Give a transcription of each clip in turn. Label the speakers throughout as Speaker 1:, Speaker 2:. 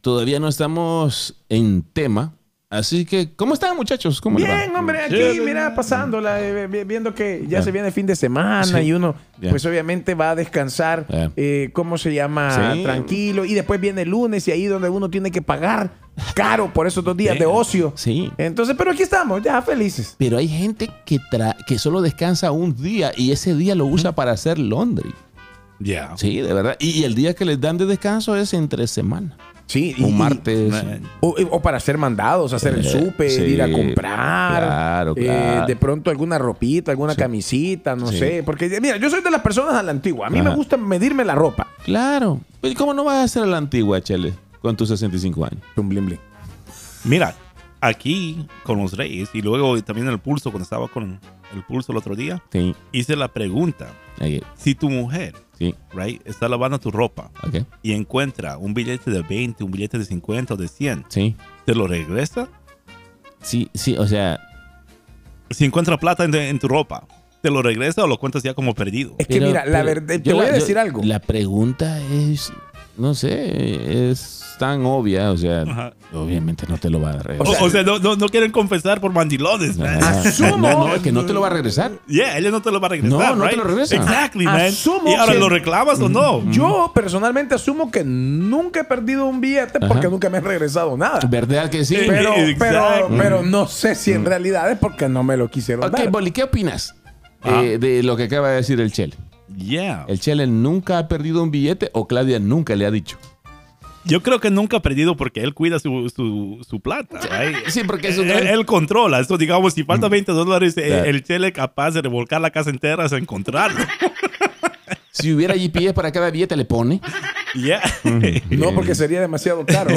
Speaker 1: todavía no estamos en tema. Así que, ¿cómo están, muchachos? ¿Cómo les va?
Speaker 2: Bien, hombre, aquí, mira, pasándola, eh, vi- viendo que ya
Speaker 1: Ya.
Speaker 2: se viene el fin de semana
Speaker 1: Sí.
Speaker 2: y uno,
Speaker 1: Ya.
Speaker 2: pues obviamente va a descansar,
Speaker 1: Ya.
Speaker 2: eh, ¿cómo se llama?
Speaker 1: Sí.
Speaker 2: Tranquilo. Y después viene el lunes y ahí donde uno tiene que pagar caro por esos dos días de ocio.
Speaker 1: Sí.
Speaker 2: Entonces, pero aquí estamos, ya felices.
Speaker 1: Pero hay gente que, tra- que solo descansa un día y ese día lo usa para hacer laundry.
Speaker 3: Ya.
Speaker 1: Sí, de verdad. Y el día que les dan de descanso es entre semana.
Speaker 2: Sí, y-
Speaker 1: O
Speaker 2: y-
Speaker 1: martes.
Speaker 3: Eh,
Speaker 2: O, o para ser mandados, hacer el
Speaker 1: Eh,
Speaker 2: súper,
Speaker 1: sí,
Speaker 2: ir a comprar.
Speaker 1: claro,
Speaker 2: eh,
Speaker 1: claro.
Speaker 2: de pronto alguna ropita, alguna camisita, no
Speaker 1: Sí.
Speaker 2: sé. Porque, mira, yo soy de las personas a la antigua. A mí me
Speaker 1: Ajá.
Speaker 2: gusta medirme la ropa.
Speaker 1: Claro. ¿Y cómo no vas a hacer a la antigua, Chele? Con tus 65 años.
Speaker 2: Un blin, blin.
Speaker 3: Mira, aquí con los Reyes y luego también en el pulso, cuando estaba con el pulso el otro día,
Speaker 1: Sí.
Speaker 3: hice la pregunta:
Speaker 1: Ahí,
Speaker 3: si tu mujer,
Speaker 1: Sí.
Speaker 3: right, está lavando tu ropa
Speaker 1: Ok.
Speaker 3: y encuentra un billete de 20, un billete de 50 o de 100,
Speaker 1: Sí.
Speaker 3: ¿te lo regresa?
Speaker 1: Sí, sí. O sea,
Speaker 3: Si encuentra plata en, en tu ropa, ¿te lo regresa o lo cuentas ya como perdido?
Speaker 2: Es que mira, la verdad, te
Speaker 1: yo
Speaker 2: voy
Speaker 1: la-
Speaker 2: a
Speaker 1: yo-
Speaker 2: decir algo.
Speaker 1: La pregunta es, no sé, es tan obvia, o sea,
Speaker 3: Ajá.
Speaker 1: obviamente no te lo va a
Speaker 3: O,
Speaker 1: regresar.
Speaker 3: o sea, no, no- no quieren confesar por mandilones, man.
Speaker 1: Ajá.
Speaker 2: asumo-
Speaker 1: No, no, es que no te lo va a regresar.
Speaker 3: Yeah, ella no te lo va a regresar.
Speaker 1: No, no te
Speaker 3: right?
Speaker 1: lo regresa.
Speaker 3: Exactly, man.
Speaker 2: Asumo
Speaker 3: ¿Y ahora
Speaker 2: que-
Speaker 3: lo reclamas o
Speaker 1: mm.
Speaker 3: no?
Speaker 2: Yo personalmente asumo que nunca he perdido un billete
Speaker 1: Ajá.
Speaker 2: porque nunca me he regresado nada.
Speaker 1: ¿Verdad que sí?
Speaker 3: Sí.
Speaker 1: Eh,
Speaker 2: Pero,
Speaker 3: Exacto.
Speaker 2: pero, pero no sé si en realidad es porque no me lo quisieron
Speaker 1: Mm. Ok,
Speaker 2: dar.
Speaker 1: Boli, ¿qué opinas
Speaker 3: Ah.
Speaker 1: eh, de lo que acaba de decir el Chele?
Speaker 3: Yeah.
Speaker 1: Mm. ¿El Chele nunca ha perdido un billete o Claudia nunca le ha dicho?
Speaker 3: Yo creo que nunca ha perdido porque él cuida su, su, su plata. right?
Speaker 1: Sí, porque es un-
Speaker 3: él, Eh, él controla. Eso, digamos, si
Speaker 1: Mm.
Speaker 3: falta 20 dólares, eh,
Speaker 1: Claro.
Speaker 3: el chele es capaz de revolcar la casa entera hasta encontrarlo.
Speaker 1: Si hubiera GPS para cada billete le pone.
Speaker 3: Yeah.
Speaker 1: Mm-hmm.
Speaker 2: No, porque sería demasiado caro.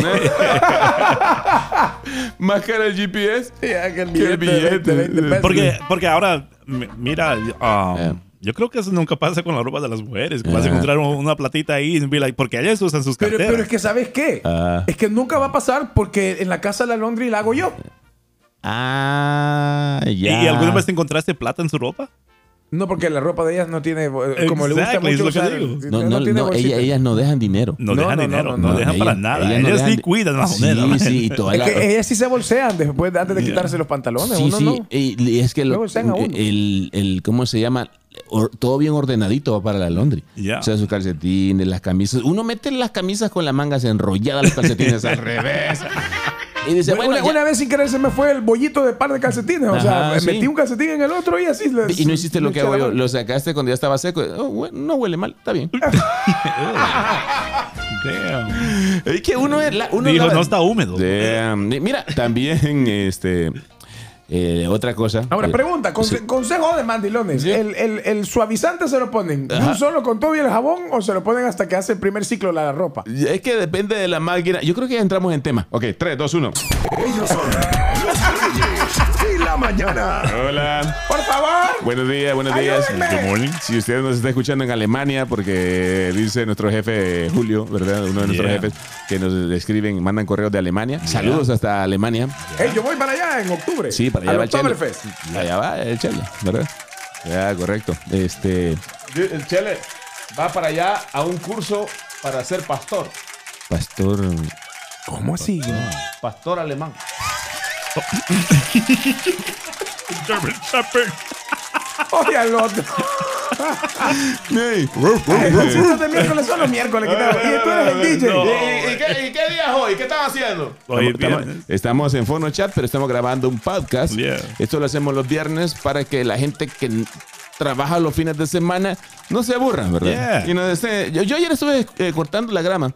Speaker 1: Más cara el GPS.
Speaker 2: Ya que el
Speaker 1: Que el
Speaker 2: billete de 20, 20 pesos.
Speaker 3: porque, porque ahora, m- mira, um, yo
Speaker 1: Yeah.
Speaker 3: creo que eso nunca pasa con la ropa de las mujeres. que Vas a
Speaker 1: Yeah.
Speaker 3: encontrar un- una platita ahí y be like, porque ellas usan sus
Speaker 2: Pero,
Speaker 3: carteras.
Speaker 2: pero es que, ¿sabes qué?
Speaker 1: Ah.
Speaker 2: Es que nunca va a pasar porque en la casa de la Londres la hago yo.
Speaker 1: Ah,
Speaker 3: ¿Y,
Speaker 1: ya.
Speaker 3: y alguna vez te encontraste plata en su ropa?
Speaker 2: No, porque la ropa de ellas no tiene. eh, Como le gusta
Speaker 3: Exactly, es
Speaker 2: mucho
Speaker 3: lo que
Speaker 2: usar,
Speaker 3: digo.
Speaker 1: No, no,
Speaker 2: tiene
Speaker 1: no,
Speaker 2: bolsita.
Speaker 1: ella- ellas no dejan dinero.
Speaker 3: No,
Speaker 2: No,
Speaker 3: dejan
Speaker 2: no, no,
Speaker 3: dinero, no,
Speaker 2: no,
Speaker 3: dejan
Speaker 1: Ella-
Speaker 3: para nada.
Speaker 1: ella
Speaker 3: Ellas,
Speaker 1: no deja-
Speaker 3: sí cuidan la
Speaker 1: Sí,
Speaker 3: moneda. man.
Speaker 1: Sí, y toda
Speaker 2: Es
Speaker 1: la-
Speaker 2: que ellas sí se bolsean después, de- antes de
Speaker 3: Yeah.
Speaker 2: quitarse los pantalones.
Speaker 1: Sí,
Speaker 2: uno
Speaker 1: sí.
Speaker 2: no.
Speaker 1: Y y es que lo-
Speaker 2: Luego están a uno.
Speaker 1: el, el- ¿cómo se llama? Or- todo bien ordenadito va para la Londres.
Speaker 3: Ya.
Speaker 1: O sea, sus calcetines, las camisas. Uno mete las camisas con las mangas enrolladas, los calcetines al revés. Y dice, bueno,
Speaker 2: una,
Speaker 1: ya-
Speaker 2: una vez sin querer se me fue el bollito de par de calcetines. o sea,
Speaker 1: Ajá, sí.
Speaker 2: metí un calcetín en el otro y así. les-
Speaker 1: y no hiciste lo
Speaker 2: les
Speaker 1: que hago
Speaker 2: quedaba.
Speaker 1: yo. Lo sacaste cuando ya estaba seco. Oh, bueno, no huele mal, está bien.
Speaker 3: Damn.
Speaker 1: Es que uno es la- uno
Speaker 3: Dijo,
Speaker 1: lava-
Speaker 3: no está húmedo.
Speaker 1: Damn. Y Mira, también este eh, otra cosa.
Speaker 2: Ahora,
Speaker 1: Eh,
Speaker 2: pregunta, conse-
Speaker 1: sí.
Speaker 2: consejo de mandilones.
Speaker 1: Sí.
Speaker 2: El, el- el suavizante se lo ponen de un solo con todo y el jabón o se lo ponen hasta que hace el primer ciclo la ropa?
Speaker 1: Es que depende de la máquina. Yo creo que ya entramos en tema. Ok, 3, 2, 1.
Speaker 4: Ellos son los Reyes de la mañana.
Speaker 1: Hola.
Speaker 2: ¡Por favor!
Speaker 1: Buenos días, buenos días.
Speaker 2: Ayúdenme. Good morning.
Speaker 1: Si usted nos está escuchando en Alemania, porque dice nuestro jefe Julio, ¿verdad? Uno de nuestros
Speaker 3: Yeah.
Speaker 1: jefes que nos escriben, mandan correos de Alemania. Saludos hasta Alemania.
Speaker 2: Hey, yo voy para allá en octubre.
Speaker 1: Sí, para allá
Speaker 2: Al
Speaker 1: va el Chele.
Speaker 2: Oktoberfest.
Speaker 1: Allá va el Chele, ¿verdad? Ya, correcto. Este. El Chele va para allá a un curso para ser pastor. Pastor.
Speaker 2: ¿Cómo así?
Speaker 1: Pastor alemán.
Speaker 3: German Shepherd.
Speaker 2: Oye, al otro. Ay, los chistes de miércoles son los miércoles. que te- Y tú eres el DJ.
Speaker 3: No.
Speaker 1: qué, día es hoy? ¿Qué están haciendo?
Speaker 3: Hoy es
Speaker 1: estamos,
Speaker 3: viernes.
Speaker 1: estamos en Fono Chat, pero estamos grabando un podcast.
Speaker 3: Yeah.
Speaker 1: Esto lo hacemos los viernes para que la gente que n- trabaja los fines de semana no se aburra, ¿verdad?
Speaker 3: Yeah.
Speaker 1: Y no esté- yo, yo ayer estuve eh, cortando la grama.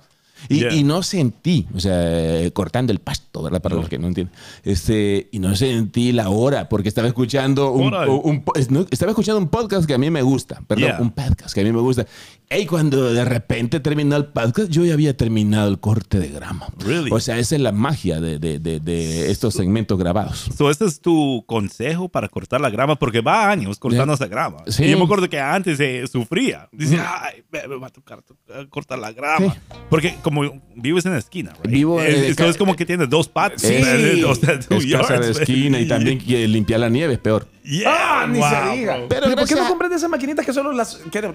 Speaker 1: Y,
Speaker 3: Yeah.
Speaker 1: y no sentí, o sea, eh, cortando el pasto, ¿verdad? Para los que no entienden. Este, y no sentí la hora, porque estaba escuchando un,
Speaker 3: Órale.
Speaker 1: un- po- es- no, estaba escuchando un podcast que a mí me gusta, perdón,
Speaker 3: Yeah.
Speaker 1: un podcast que a mí me gusta. Y cuando de repente terminó el podcast, yo ya había terminado el corte de grama.
Speaker 3: Really?
Speaker 1: O sea, esa es la magia de, de- de- de estos segmentos grabados.
Speaker 3: So, este es tu consejo para cortar la grama, porque va años cortando esa grama.
Speaker 1: Sí.
Speaker 3: Y yo me acuerdo que antes eh, sufría. Dice, ay, me, me va a tocar to- cortar la grama.
Speaker 1: Sí.
Speaker 3: Porque como vives en la esquina, right?
Speaker 1: Vivo,
Speaker 3: Es-
Speaker 1: eh,
Speaker 3: esto
Speaker 1: ca-
Speaker 3: es como que tienes dos patas.
Speaker 2: Sí.
Speaker 3: O sea,
Speaker 1: Es
Speaker 3: two
Speaker 1: casa de
Speaker 3: yards,
Speaker 1: esquina y
Speaker 3: man.
Speaker 1: también que limpiar la nieve es peor.
Speaker 3: Yeah,
Speaker 2: ¡Ah, ni
Speaker 3: wow,
Speaker 2: se diga!
Speaker 3: bro.
Speaker 1: Pero
Speaker 2: ¿Y ¿Por qué
Speaker 1: gracias
Speaker 2: no
Speaker 1: a-
Speaker 2: compras de esas maquinitas que solo las... que-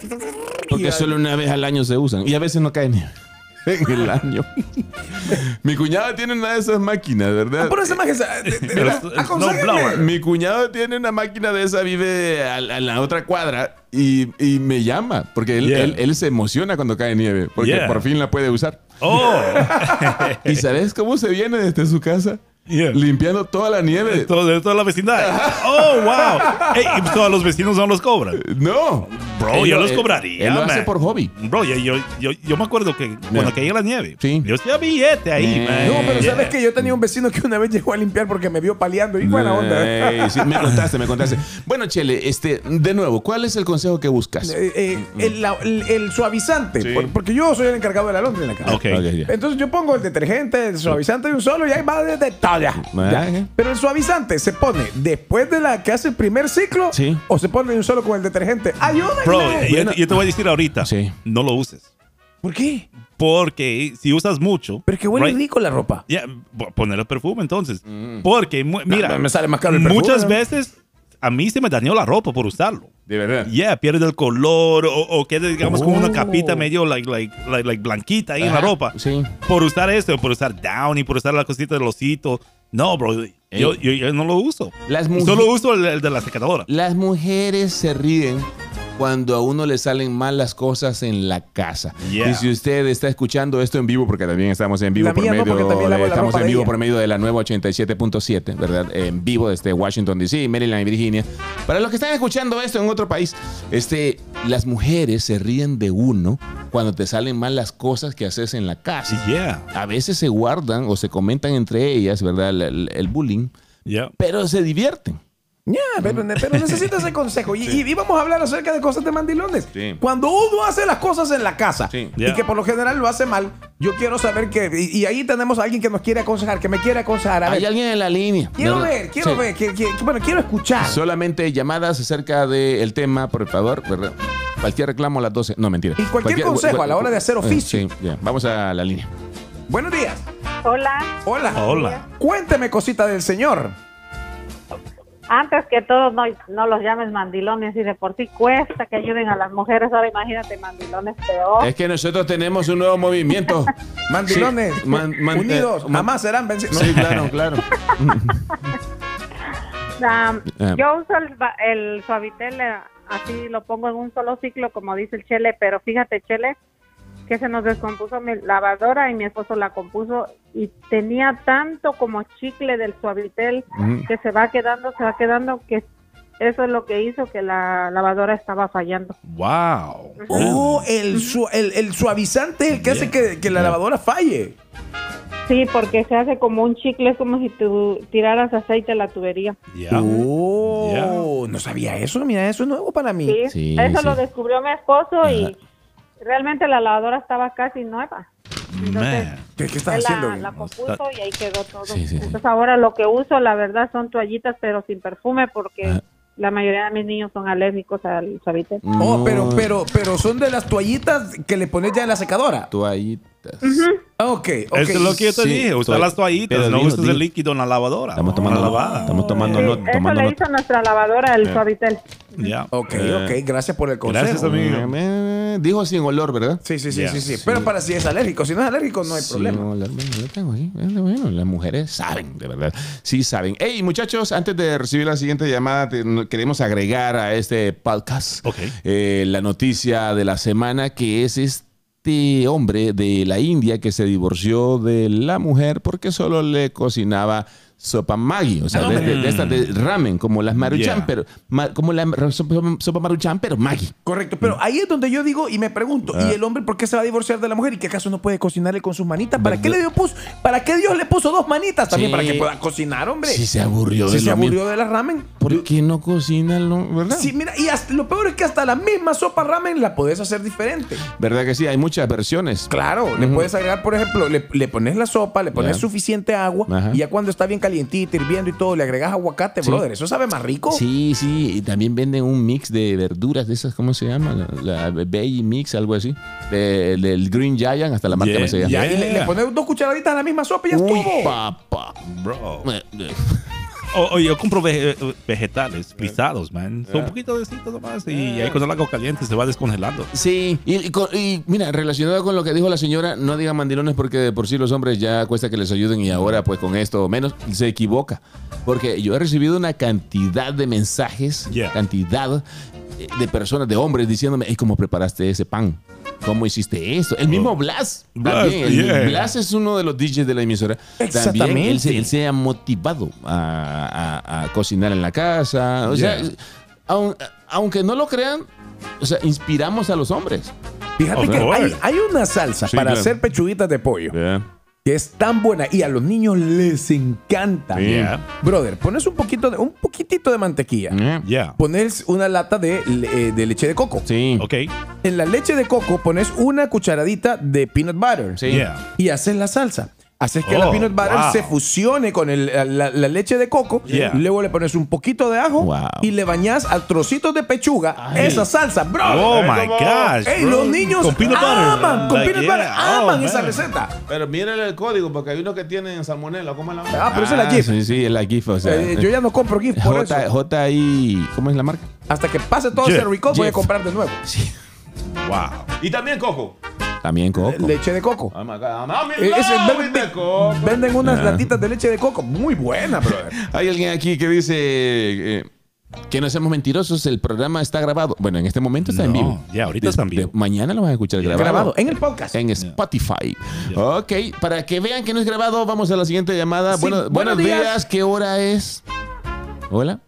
Speaker 1: Porque solo una vez al año se usan y a veces no cae nieve. en el año. Mi cuñado tiene una de esas máquinas, ¿verdad?
Speaker 3: Ah,
Speaker 2: Por Ah, esa magia. de- de- de-
Speaker 3: El- el
Speaker 2: aconséjenme.
Speaker 3: snowblower.
Speaker 1: Mi cuñado tiene una máquina de esa, vive a, la- a la otra cuadra y, y me llama, porque él,
Speaker 3: Yeah.
Speaker 1: él- él se emociona cuando cae nieve, porque
Speaker 3: Yeah.
Speaker 1: por fin la puede usar.
Speaker 3: Oh,
Speaker 1: ¿Y sabes cómo se viene desde su casa?
Speaker 3: Yeah.
Speaker 1: Limpiando toda la nieve.
Speaker 3: todo, de toda la vecindad. Oh, wow. Ey, y todos los vecinos no los cobran.
Speaker 1: No.
Speaker 3: Bro,
Speaker 1: Él
Speaker 3: yo
Speaker 1: lo-
Speaker 3: los
Speaker 1: él-
Speaker 3: cobraría.
Speaker 1: Él lo hace
Speaker 3: man.
Speaker 1: por hobby.
Speaker 3: Bro, yo, yo, yo, yo me acuerdo que cuando caía la nieve,
Speaker 1: Sí.
Speaker 3: yo hacía billete ahí,
Speaker 1: Eh.
Speaker 3: man.
Speaker 2: No, pero
Speaker 3: Yeah.
Speaker 2: sabes que yo tenía un vecino que una vez llegó a limpiar porque me vio paliando. Y buena onda. ¿eh?
Speaker 1: Ey, sí, me contaste, me contaste. Bueno, Chele, este, de nuevo, ¿cuál es el consejo que buscas?
Speaker 2: Eh, eh, el, la- el- el suavizante.
Speaker 1: Sí.
Speaker 2: por- porque yo soy el encargado de la Londres en la casa.
Speaker 3: Ok.
Speaker 1: Ok, ya.
Speaker 2: Entonces yo pongo el detergente, el suavizante de un solo y ahí va de talla.
Speaker 1: Ah,
Speaker 2: Ya.
Speaker 1: ok.
Speaker 2: Pero el suavizante se pone después de la que hace el primer ciclo
Speaker 1: Sí.
Speaker 2: o se pone de un solo con el detergente. ¡Ayúdame!
Speaker 3: Bro, yo,
Speaker 1: Bueno.
Speaker 3: yo te voy a decir ahorita,
Speaker 1: Sí.
Speaker 3: no lo uses.
Speaker 2: ¿Por qué?
Speaker 3: Porque si usas mucho...
Speaker 2: Pero que huele
Speaker 3: right,
Speaker 2: rico la ropa.
Speaker 3: Ya, po- ponerle perfume entonces. Porque, mu- mira,
Speaker 2: Mm. me sale más caro el perfume,
Speaker 3: muchas
Speaker 2: ¿no?
Speaker 3: veces a mí se me dañó la ropa por usarlo.
Speaker 1: De verdad.
Speaker 3: Yeah, pierde el color o, o queda, digamos, con
Speaker 2: Oh.
Speaker 3: una capita medio like, like, like, like blanquita ahí en la
Speaker 1: Ajá,
Speaker 3: ropa.
Speaker 1: sí.
Speaker 3: Por usar esto, por usar down y por usar la cosita del osito. No, bro, yo, yo, yo no lo uso.
Speaker 1: Las mujer-
Speaker 3: Solo uso el, el de la secadora.
Speaker 1: Las mujeres se ríen cuando a uno le salen mal las cosas en la casa.
Speaker 3: Yeah.
Speaker 1: Y si usted está escuchando esto en vivo, porque también estamos en vivo
Speaker 2: La
Speaker 1: por
Speaker 2: mía no,
Speaker 1: medio,
Speaker 2: porque también lavo la
Speaker 1: estamos
Speaker 2: ropa
Speaker 1: en
Speaker 2: de
Speaker 1: vivo
Speaker 2: ella.
Speaker 1: por medio de la nueva 87.7, ¿verdad? En vivo desde Washington DC, Maryland y Virginia. Para los que están escuchando esto en otro país, este, las mujeres se ríen de uno cuando te salen mal las cosas que haces en la casa.
Speaker 3: Yeah,
Speaker 1: A veces se guardan o se comentan entre ellas, ¿verdad? El- el- el bullying,
Speaker 3: yeah.
Speaker 1: pero se divierten.
Speaker 2: Ya, pero, ne- pero necesito ese consejo. Y, y- y vamos a hablar acerca de cosas de mandilones.
Speaker 1: Sí.
Speaker 2: Cuando uno hace las cosas en la casa
Speaker 1: Sí.
Speaker 3: Ya.
Speaker 2: y que por lo general lo hace mal, yo quiero saber que. Y, y ahí tenemos a alguien que nos quiere aconsejar, que me quiere aconsejar. A
Speaker 1: Hay
Speaker 2: ver,
Speaker 1: alguien en la línea.
Speaker 2: quiero
Speaker 1: ¿verdad?
Speaker 2: ver, quiero
Speaker 1: Sí.
Speaker 2: ver. que- que- que- bueno, quiero escuchar.
Speaker 1: Solamente llamadas acerca del tema, por favor. ¿verdad? Cualquier reclamo a las 12. No, mentira.
Speaker 2: Y cualquier consejo a la hora de hacer
Speaker 1: Eh,
Speaker 2: oficio.
Speaker 1: sí, ya. Vamos a la línea.
Speaker 2: Buenos días.
Speaker 5: Hola,
Speaker 2: Hola.
Speaker 3: Hola.
Speaker 2: Cuénteme cosita del señor.
Speaker 5: antes que todo no, no los llames mandilones y de por sí cuesta que ayuden a las mujeres, ahora imagínate mandilones peor.
Speaker 1: Es que nosotros tenemos un nuevo movimiento.
Speaker 2: Mandilones.
Speaker 1: Sí, man- man-
Speaker 2: unidos.
Speaker 1: eh, man-
Speaker 2: jamás serán vencidos.
Speaker 1: Sí, claro, claro.
Speaker 5: Am,
Speaker 1: Ah.
Speaker 5: yo uso el, va- el suavitel, eh, así lo pongo en un solo ciclo como dice el Chele, pero fíjate Chele que se nos descompuso mi lavadora y mi esposo la compuso y tenía tanto como chicle del suavitel
Speaker 1: Ujú.
Speaker 5: que se va quedando, se va quedando, que eso es lo que hizo que la lavadora estaba fallando.
Speaker 3: Wow.
Speaker 2: Oh, el, su- el, el suavizante es el que hace que, que la lavadora falle.
Speaker 5: Sí, porque se hace como un chicle, es como si tú tiraras aceite a la tubería.
Speaker 3: Yeah.
Speaker 2: Oh, no sabía eso. Mira, eso es nuevo para mí.
Speaker 5: Sí,
Speaker 1: Sí,
Speaker 5: eso
Speaker 1: sí.
Speaker 5: lo descubrió mi esposo y realmente la lavadora estaba casi nueva. Entonces,
Speaker 3: Man.
Speaker 2: ¿Qué, qué estás
Speaker 5: él
Speaker 2: haciendo?
Speaker 5: la, la compuso y ahí quedó todo.
Speaker 1: Sí, sí, sí.
Speaker 5: Entonces ahora lo que uso, la verdad, son toallitas, pero sin perfume porque
Speaker 1: Ah.
Speaker 5: la mayoría de mis niños son alérgicos al suavitel.
Speaker 2: Oh,
Speaker 1: No,
Speaker 2: pero, pero, pero son de las toallitas que le pones ya en la secadora.
Speaker 1: Toallitas.
Speaker 2: Ah, Ok,
Speaker 3: Eso
Speaker 2: ok.
Speaker 3: es lo que yo te
Speaker 1: Sí,
Speaker 3: dije. Usa
Speaker 1: toal-
Speaker 3: las toallitas,
Speaker 1: pero
Speaker 3: no
Speaker 1: dijo,
Speaker 3: uses
Speaker 1: dijo.
Speaker 3: el líquido en la lavadora.
Speaker 1: Estamos
Speaker 3: en la
Speaker 1: tomando
Speaker 3: lavada.
Speaker 1: nota. Estamos tomando
Speaker 5: Sí,
Speaker 1: nota.
Speaker 5: eso
Speaker 1: Tomando
Speaker 5: le
Speaker 1: nota.
Speaker 5: hizo nuestra lavadora, el suavitel.
Speaker 3: Yeah.
Speaker 2: Ok,
Speaker 1: Eh.
Speaker 2: ok. Gracias por el consejo.
Speaker 3: Gracias, amigo.
Speaker 1: Eh, Dijo sin olor, ¿verdad?
Speaker 2: Sí, sí, sí,
Speaker 3: Ya.
Speaker 2: sí, sí, Pero para si es alérgico. Si no es alérgico, no hay
Speaker 1: Sí,
Speaker 2: problema.
Speaker 1: no, la- bueno, la tengo ahí. Bueno, bueno, las mujeres saben, de verdad. Sí saben. Hey, muchachos, antes de recibir la siguiente llamada, te- no- queremos agregar a este podcast
Speaker 3: Ok.
Speaker 1: eh, la noticia de la semana que es este hombre de la India que se divorció de la mujer porque solo le cocinaba sopa Maggi, o sea, de, de- de estas de ramen, como las maruchan,
Speaker 3: Yeah.
Speaker 1: pero ma- como la ra- sopa, sopa maruchan, pero Maggi.
Speaker 2: Correcto. Pero ahí es donde yo digo y me pregunto, ¿y el hombre por qué se va a divorciar de la mujer? ¿Y que acaso no puede cocinarle con sus manitas? ¿Para qué le dio puso? ¿Para qué Dios le puso dos manitas también?
Speaker 1: Sí.
Speaker 2: Para que pueda cocinar, hombre.
Speaker 1: Sí se aburrió
Speaker 2: Si
Speaker 1: de Ah.
Speaker 2: se
Speaker 1: lo mismo.
Speaker 2: aburrió de las ramen.
Speaker 1: ¿Por qué no cocina, lo- verdad?
Speaker 2: Sí, mira, y hasta- lo peor es que hasta la misma sopa ramen la podés hacer diferente.
Speaker 1: ¿Verdad que sí? Hay muchas versiones.
Speaker 2: Claro, le
Speaker 1: Ujú.
Speaker 2: puedes agregar, por ejemplo, le, le pones la sopa, le pones
Speaker 1: Ya.
Speaker 2: suficiente agua
Speaker 1: Ajá.
Speaker 2: y ya cuando está bien calientita, hirviendo y todo, le agregas aguacate,
Speaker 1: Sí.
Speaker 2: brother. Eso sabe más rico.
Speaker 1: Sí, sí, y también venden un mix de verduras, de esas, ¿cómo se llama? La, la Veggie Mix, algo así. De- del Green Giant hasta la marca
Speaker 3: Yeah,
Speaker 1: me se llama.
Speaker 2: Y ahí le,
Speaker 3: Yeah.
Speaker 2: le pones dos cucharaditas a la misma sopa y ya
Speaker 1: Uy,
Speaker 2: estuvo.
Speaker 1: papá.
Speaker 3: Bro.
Speaker 1: Eh, eh.
Speaker 3: o- o yo compro ve- eh, vegetales frisados, man. Son un poquito de cito nomás y ahí cuando el agua caliente se va descongelando.
Speaker 1: Sí, y, y con- y mira, relacionado con lo que dijo la señora, no diga mandilones porque de por sí los hombres ya cuesta que les ayuden y ahora pues con esto o menos se equivoca. Porque yo he recibido una cantidad de mensajes,
Speaker 3: Yeah.
Speaker 1: cantidad eh, de personas, de hombres diciéndome, hey, ¿cómo preparaste ese pan? ¿Cómo hiciste esto? El mismo Blas.
Speaker 3: Oh. Blas,
Speaker 1: también, el-
Speaker 3: yeah.
Speaker 1: Blas es uno de los DJs de la emisora. También
Speaker 2: Exactamente.
Speaker 1: él se, él se ha motivado a, a- a cocinar en la casa. O sea,
Speaker 3: Yeah.
Speaker 1: aun- aunque no lo crean, o sea, inspiramos a los hombres.
Speaker 2: Fíjate
Speaker 3: Of
Speaker 2: que
Speaker 3: course.
Speaker 2: hay, hay una salsa
Speaker 1: Sí,
Speaker 2: para
Speaker 1: claro.
Speaker 2: hacer pechuguitas de pollo que es tan buena y a los niños les encanta.
Speaker 1: Sí.
Speaker 3: Yeah.
Speaker 2: Brother, pones un poquito de, un poquitito de mantequilla.
Speaker 1: Yeah.
Speaker 3: Yeah.
Speaker 2: Pones una lata de, le- eh, de leche de coco.
Speaker 1: Sí.
Speaker 3: Ok.
Speaker 2: En la leche de coco pones una cucharadita de peanut butter.
Speaker 1: Sí.
Speaker 3: Yeah.
Speaker 2: y haces la salsa. Haces que la
Speaker 3: Oh,
Speaker 2: peanut butter
Speaker 3: wow.
Speaker 2: se fusione con el- la, la leche de coco.
Speaker 3: Yeah.
Speaker 2: Luego le pones un poquito de ajo
Speaker 1: Wow.
Speaker 2: y le bañas a trocitos de pechuga
Speaker 1: Ay.
Speaker 2: esa salsa, bro.
Speaker 3: Oh my gosh.
Speaker 2: Ey,
Speaker 3: bro.
Speaker 2: los niños
Speaker 3: Con peanut butter.
Speaker 2: aman, con
Speaker 3: Like,
Speaker 2: peanut
Speaker 3: yeah.
Speaker 2: butter,
Speaker 3: Oh,
Speaker 2: aman esa
Speaker 3: man.
Speaker 2: receta.
Speaker 1: Pero miren el código, porque hay unos que tienen salmonela. ¿Cómo es la
Speaker 2: Ah, pero esa es la GIF.
Speaker 1: Sí, sí, es la GIF. O sea,
Speaker 2: Eh, yo ya no compro gift por
Speaker 1: J,
Speaker 2: eso.
Speaker 1: J I, ¿Cómo es la marca?
Speaker 2: Hasta que pase todo
Speaker 3: Jeff,
Speaker 2: ese recall voy a
Speaker 1: Jeff.
Speaker 2: comprar de nuevo.
Speaker 3: Wow.
Speaker 1: Y también coco. También coco.
Speaker 2: Leche de coco.
Speaker 3: Ah.
Speaker 1: Oh my God. I'm in
Speaker 2: Eh, ese-
Speaker 1: love with
Speaker 2: venden-
Speaker 1: the coco.
Speaker 2: Venden unas
Speaker 1: Ah.
Speaker 2: latitas de leche de coco muy buena, brother.
Speaker 1: Hay alguien aquí que dice eh, que no seamos mentirosos, el programa está grabado. Bueno, en este momento está en
Speaker 3: No,
Speaker 1: vivo.
Speaker 3: ya, ahorita
Speaker 1: Des-
Speaker 3: está en vivo.
Speaker 1: de- mañana lo van a escuchar grabado.
Speaker 2: Grabado en el podcast.
Speaker 1: En Spotify.
Speaker 3: Ya.
Speaker 1: Ok, para que vean que no es grabado, vamos a la siguiente llamada.
Speaker 2: Sí,
Speaker 1: Bueno- buenos
Speaker 2: buenos
Speaker 1: días.
Speaker 2: días.
Speaker 1: ¿qué hora es? Hola.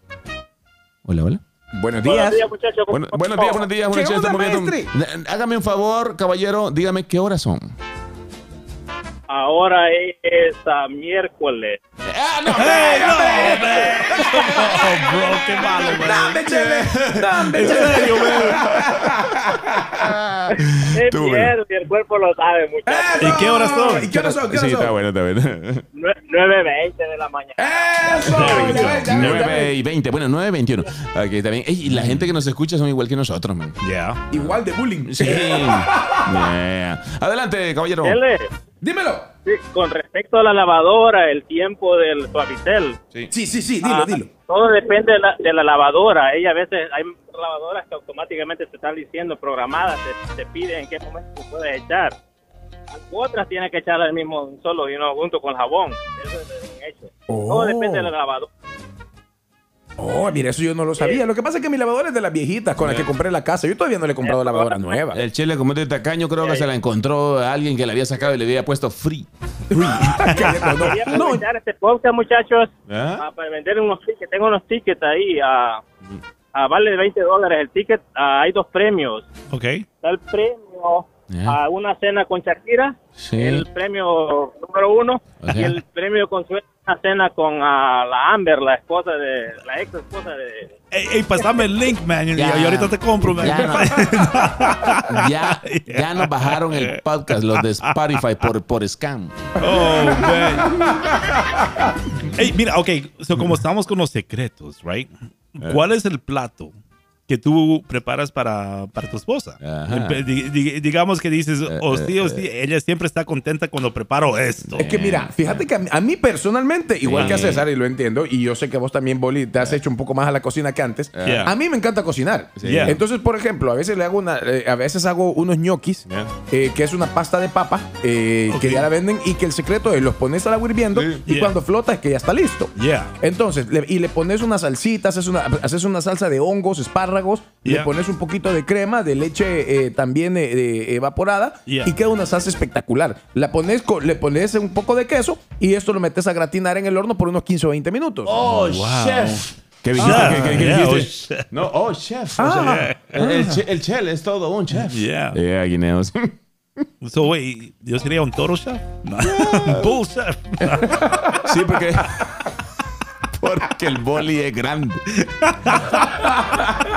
Speaker 1: Hola, hola.
Speaker 2: Buenos días. pues,
Speaker 6: muchachos.
Speaker 1: Bueno, buenos días, buenos días. buenos
Speaker 2: ¿Qué
Speaker 1: días,
Speaker 2: onda,
Speaker 1: estamos viendo- Hágame un favor, caballero, dígame qué horas son.
Speaker 6: Ahora es a miércoles.
Speaker 1: ¡Ah, no!
Speaker 3: Hey, no, man. Oh, bro, qué malo, man.
Speaker 2: Dame, chele, dame,
Speaker 3: En
Speaker 2: chele.
Speaker 3: serio, man.
Speaker 6: Es
Speaker 1: Tú,
Speaker 6: viernes y el cuerpo lo sabe, muchachos.
Speaker 2: Eh.
Speaker 3: ¿Y qué horas son?
Speaker 2: ¿Y qué horas son? ¿Qué
Speaker 1: Sí,
Speaker 2: horas
Speaker 1: está
Speaker 2: son?
Speaker 1: bueno, está bueno.
Speaker 6: Nue- 9.20 de la mañana.
Speaker 2: ¡Eso!
Speaker 3: There you
Speaker 2: Ya ven, ya ven, ya ven.
Speaker 1: 9 y 20, bueno, 9 y 21. Aquí también. Ey, y la gente que nos escucha son igual que nosotros, man.
Speaker 3: Yeah.
Speaker 2: Igual de bullying.
Speaker 1: Sí. Yeah. Adelante,
Speaker 2: Oh.
Speaker 1: caballero.
Speaker 6: Chele,
Speaker 2: Dímelo.
Speaker 6: sí, con respecto a la lavadora, el tiempo del suavitel.
Speaker 2: Sí, sí, sí, dilo,
Speaker 6: ah,
Speaker 2: dilo.
Speaker 6: Todo depende de la, de la lavadora. Ella a veces hay lavadoras que automáticamente te están diciendo programadas, te, te piden en qué momento puedes echar. Otras tienes que echar al mismo solo y no junto con el jabón. Eso es un hecho.
Speaker 2: Oh.
Speaker 6: Todo depende de la lavadora.
Speaker 2: Oh, mira, eso yo no lo sabía. Lo que pasa es que mi lavadora es de las viejitas con las que compré la casa. Yo todavía no le he comprado lavadora nueva.
Speaker 1: El chile como este tacaño creo que se la encontró a alguien que la había sacado y le había puesto free.
Speaker 6: Quería
Speaker 2: no, no.
Speaker 6: aprovechar este podcast, muchachos,
Speaker 1: ¿Ah?
Speaker 6: ah, para vender unos tickets. Tengo unos tickets ahí. ah, ah, vale 20 dólares el ticket. Ah, hay dos premios.
Speaker 3: Ok.
Speaker 6: Está el premio
Speaker 1: Ah.
Speaker 6: a una cena con Shakira.
Speaker 1: Sí.
Speaker 6: El premio número uno.
Speaker 1: Ajá.
Speaker 6: Y el premio consuelo una cena con ah, la Amber, la esposa de... La ex esposa de...
Speaker 3: Ey, ey, pasame el link, man. Y,
Speaker 1: Ya.
Speaker 3: y ahorita te compro, man.
Speaker 1: Ya, ya nos bajaron el podcast, los de Spotify, por, por scam.
Speaker 3: Oh, man. Ey, mira, ok. So, como estamos con los secretos, right?
Speaker 1: Eh.
Speaker 3: ¿Cuál es el plato que tú preparas para, para tu esposa?
Speaker 1: Ajá. Eh,
Speaker 3: Pe- di- di- digamos que dices, o sí, o sí, ella siempre está contenta cuando preparo esto.
Speaker 2: Es que mira, fíjate que a mí, a mí personalmente, igual
Speaker 1: Sí.
Speaker 2: que a César, y lo entiendo, y yo sé que vos también, Boli, te has hecho un poco más a la cocina que antes.
Speaker 3: Yeah.
Speaker 2: A mí me encanta cocinar.
Speaker 3: Sí. Yeah.
Speaker 2: Entonces, por ejemplo, a veces le hago una, eh, a veces hago unos ñoquis,
Speaker 1: Yeah.
Speaker 2: eh, que es una pasta de papa, eh,
Speaker 3: Ok.
Speaker 2: que ya la venden, y que el secreto es los pones al agua hirviendo,
Speaker 1: Sí.
Speaker 2: y
Speaker 3: Yeah.
Speaker 2: cuando flota es que ya está listo.
Speaker 3: Yeah.
Speaker 2: Entonces, le- y le pones una salsita, haces una, haces una salsa de hongos, espárragos, le
Speaker 3: Yeah.
Speaker 2: pones un poquito de crema, de leche eh, también eh, eh, evaporada,
Speaker 3: Yeah.
Speaker 2: y queda una salsa espectacular. La pones con- le pones un poco de queso y esto lo metes a gratinar en el horno por unos 15 o 20 minutos.
Speaker 1: Oh, chef. ¿Qué dijiste?
Speaker 3: Ah,
Speaker 1: ¿Qué- qué- qué
Speaker 3: yeah,
Speaker 1: dijiste? No, oh, chef. O
Speaker 2: Ah.
Speaker 1: sea, el, el che- el chel es todo un chef.
Speaker 3: Yeah.
Speaker 1: Yeah, guineos.
Speaker 3: So, wait, ¿yo sería un toro chef? No. Bull chef.
Speaker 1: Sí, porque. Porque el boli es grande.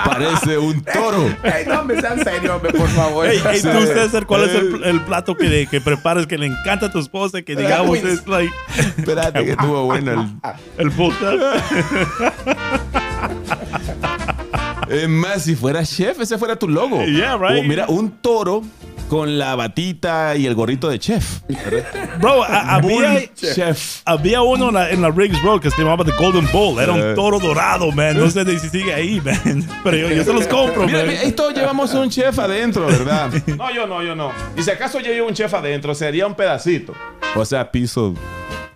Speaker 1: Parece un toro.
Speaker 2: Ey, no, hombre, sean serio, hombre, por favor.
Speaker 3: Hey, hey, tú, César, ¿cuál es el,
Speaker 1: Eh.
Speaker 3: el plato que, le- que preparas que le encanta a tu esposa? Que digamos
Speaker 2: Wings.
Speaker 3: es like
Speaker 1: Espérate que estuvo bueno el.
Speaker 3: el bull chef.
Speaker 1: Es más, si fuera chef, ese fuera tu logo. Oh,
Speaker 3: Yeah, right.
Speaker 1: uh, O mira, un toro con la batita y el gorrito de chef.
Speaker 3: Bro,
Speaker 1: uh,
Speaker 3: a- había,
Speaker 1: Chef.
Speaker 3: había uno en la, en la Riggs Road que se llamaba The Golden Bull. Era
Speaker 1: Eh.
Speaker 3: un toro dorado, man. No sé si sigue ahí, man. Pero yo, yo se los compro,
Speaker 1: Mira,
Speaker 3: man.
Speaker 1: mira, eh, ahí todos llevamos un chef adentro, ¿verdad? No, yo no, yo no. Y si acaso yo llevo un chef adentro, sería un pedacito. O sea, piso.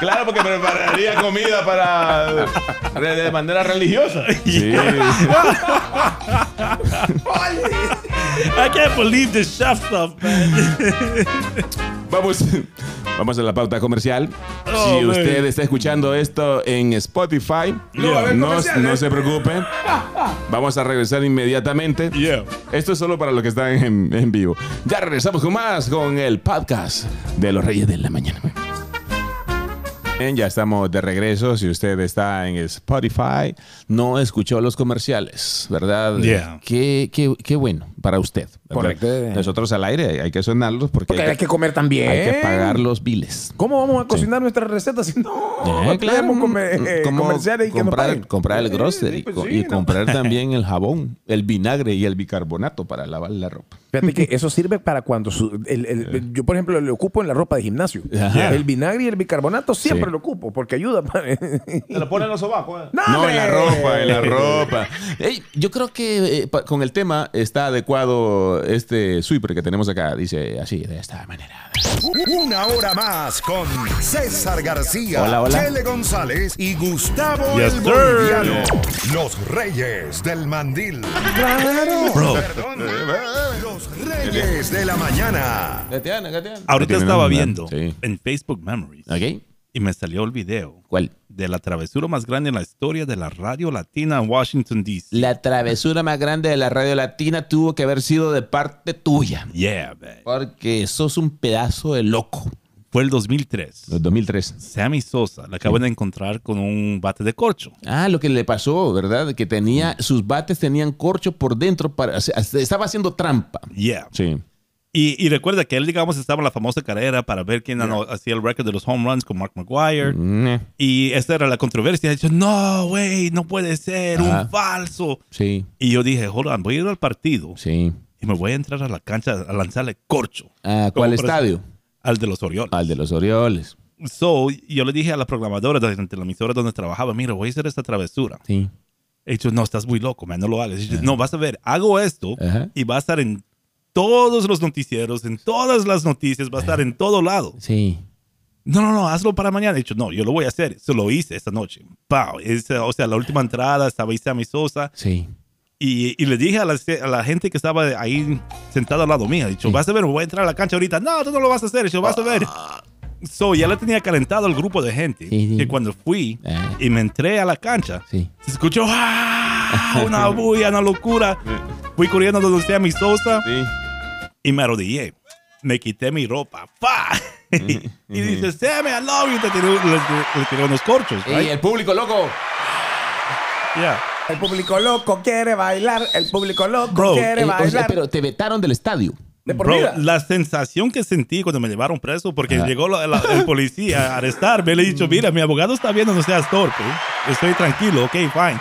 Speaker 1: Claro, porque prepararía comida para de manera religiosa. Sí.
Speaker 3: I can't believe this chef stuff, man.
Speaker 1: Vamos, vamos a la pauta comercial.
Speaker 3: Oh,
Speaker 1: si
Speaker 3: man.
Speaker 1: usted está escuchando esto en Spotify,
Speaker 3: va a ¿eh? haber
Speaker 1: no,
Speaker 2: comerciales.
Speaker 1: no se preocupe. Vamos a regresar inmediatamente.
Speaker 3: Yeah.
Speaker 1: Esto es solo para los que están en, en vivo. Ya regresamos con más con el podcast de los Reyes de la Mañana. Bien, ya estamos de regreso. Si usted está en Spotify, no escuchó los comerciales, ¿verdad?
Speaker 3: Yeah.
Speaker 1: Qué, qué- qué bueno para usted. ¿verdad?
Speaker 2: Correcto.
Speaker 1: Nosotros al aire hay que sonarlos porque,
Speaker 2: Porque hay que comer también.
Speaker 1: hay que pagar los biles.
Speaker 2: ¿Cómo vamos a cocinar nuestras recetas si no
Speaker 1: Eh,
Speaker 2: tenemos comer- eh,
Speaker 1: ¿Cómo
Speaker 2: comerciales y que nos
Speaker 1: comprar,
Speaker 2: paguen?
Speaker 1: comprar el
Speaker 2: Sí,
Speaker 1: grocery
Speaker 2: sí, pues
Speaker 1: co-
Speaker 2: sí,
Speaker 1: y
Speaker 2: no.
Speaker 1: comprar también el jabón, el vinagre y el bicarbonato para lavar la ropa.
Speaker 2: Fíjate que eso sirve para cuando su- el- el- yo por ejemplo lo ocupo en la ropa de gimnasio.
Speaker 1: Eh. Ajá.
Speaker 2: El vinagre y el bicarbonato siempre
Speaker 1: Sí.
Speaker 2: lo ocupo porque ayuda. para-
Speaker 1: Te lo ponen los sobacos. eh.
Speaker 2: ¡No,
Speaker 1: No, en la
Speaker 2: hombre!
Speaker 1: ropa, en la ropa. Ey, yo creo que eh, pa- con el tema está adecuado este sweeper que tenemos acá. Dice así, de esta manera.
Speaker 4: Una hora más con César García,
Speaker 1: Hola, hola.
Speaker 4: Chele González y Gustavo
Speaker 3: Yes,
Speaker 4: el
Speaker 3: sir.
Speaker 4: Boliviano. Los Reyes del Mandil.
Speaker 3: Bro,
Speaker 4: Perdón. Los Reyes de la Mañana.
Speaker 1: Gateana, gateana.
Speaker 3: ahorita
Speaker 1: Tiene
Speaker 3: estaba
Speaker 1: nombre.
Speaker 3: viendo
Speaker 1: Sí.
Speaker 3: en Facebook Memories
Speaker 1: ¿Ok?
Speaker 3: y me salió el video
Speaker 1: ¿Cuál?
Speaker 3: de la travesura más grande en la historia de la radio latina en Washington, D.C.
Speaker 1: La travesura más grande de la radio latina tuvo que haber sido de parte tuya.
Speaker 3: Yeah, man.
Speaker 1: Porque sos un pedazo de loco.
Speaker 3: Fue el 2003.
Speaker 1: 2003.
Speaker 3: Sammy Sosa la acaban de encontrar con un bate de corcho.
Speaker 1: Ah, lo que le pasó, ¿verdad? Que tenía, sus bates tenían corcho por dentro, para, o sea, estaba haciendo trampa.
Speaker 3: Yeah.
Speaker 1: Sí.
Speaker 3: Y, y recuerda que él, digamos, estaba en la famosa carrera para ver quién ano- hacía el récord de los home runs con Mark McGuire.
Speaker 1: Mm. eh.
Speaker 3: Y esta era la controversia. Yo, no, güey, no puede ser,
Speaker 1: Ajá.
Speaker 3: un falso.
Speaker 1: Sí,
Speaker 3: Y yo dije, hold on, voy a ir al partido
Speaker 1: sí.
Speaker 3: y me voy a entrar a la cancha a lanzarle corcho.
Speaker 1: ¿A cuál
Speaker 3: Como por-
Speaker 1: estadio?
Speaker 3: Al de los Orioles.
Speaker 1: Ah. Al de los Orioles.
Speaker 3: So, yo le dije a la programadora de, de la emisora donde trabajaba, mira, voy a hacer esta travesura.
Speaker 1: Sí.
Speaker 3: Y yo, no, estás muy loco, man, no lo hagas. Y yo, no, vas a ver, hago esto
Speaker 1: Ajá.
Speaker 3: y va a estar en todos los noticieros, en todas las noticias, va a estar en todo lado.
Speaker 1: Sí.
Speaker 3: No, no, no, hazlo para mañana. Y yo, no, yo lo voy a hacer. Se lo hice esta noche. Pau. Es, eh, o sea, la última entrada estaba ahí Sammy Sosa.
Speaker 1: Sí.
Speaker 3: Y, y le dije a la, a la gente que estaba ahí sentada al lado mío, dicho, vas a ver, voy a entrar a la cancha ahorita. No, tú no lo vas a hacer, yo vas a ver. So, ya le tenía calentado al grupo de gente.
Speaker 1: Ah. Sí, sí.
Speaker 3: Que cuando fui
Speaker 1: Ah.
Speaker 3: y me entré a la cancha,
Speaker 1: Sí.
Speaker 3: se escuchó ¡ah! una bulla, una locura. Fui corriendo donde sea mi sosa
Speaker 1: Sí.
Speaker 3: y me arrodillé. Me quité mi ropa. ¡Fa! y dice, Sammy, I love you. Te tiró- le, le tiró unos corchos.
Speaker 1: Y
Speaker 3: right?
Speaker 1: el público loco.
Speaker 3: Yeah.
Speaker 2: El público loco quiere bailar, el público loco
Speaker 3: Bro,
Speaker 2: quiere
Speaker 1: Eh, o sea,
Speaker 2: bailar.
Speaker 1: pero te vetaron del estadio.
Speaker 2: de por
Speaker 3: Bro,
Speaker 2: vida.
Speaker 3: la sensación que sentí cuando me llevaron preso porque llegó la- la- el policía a arrestarme, le he dicho, mira, mi abogado está viendo, no seas torpe, estoy tranquilo, ok, fine.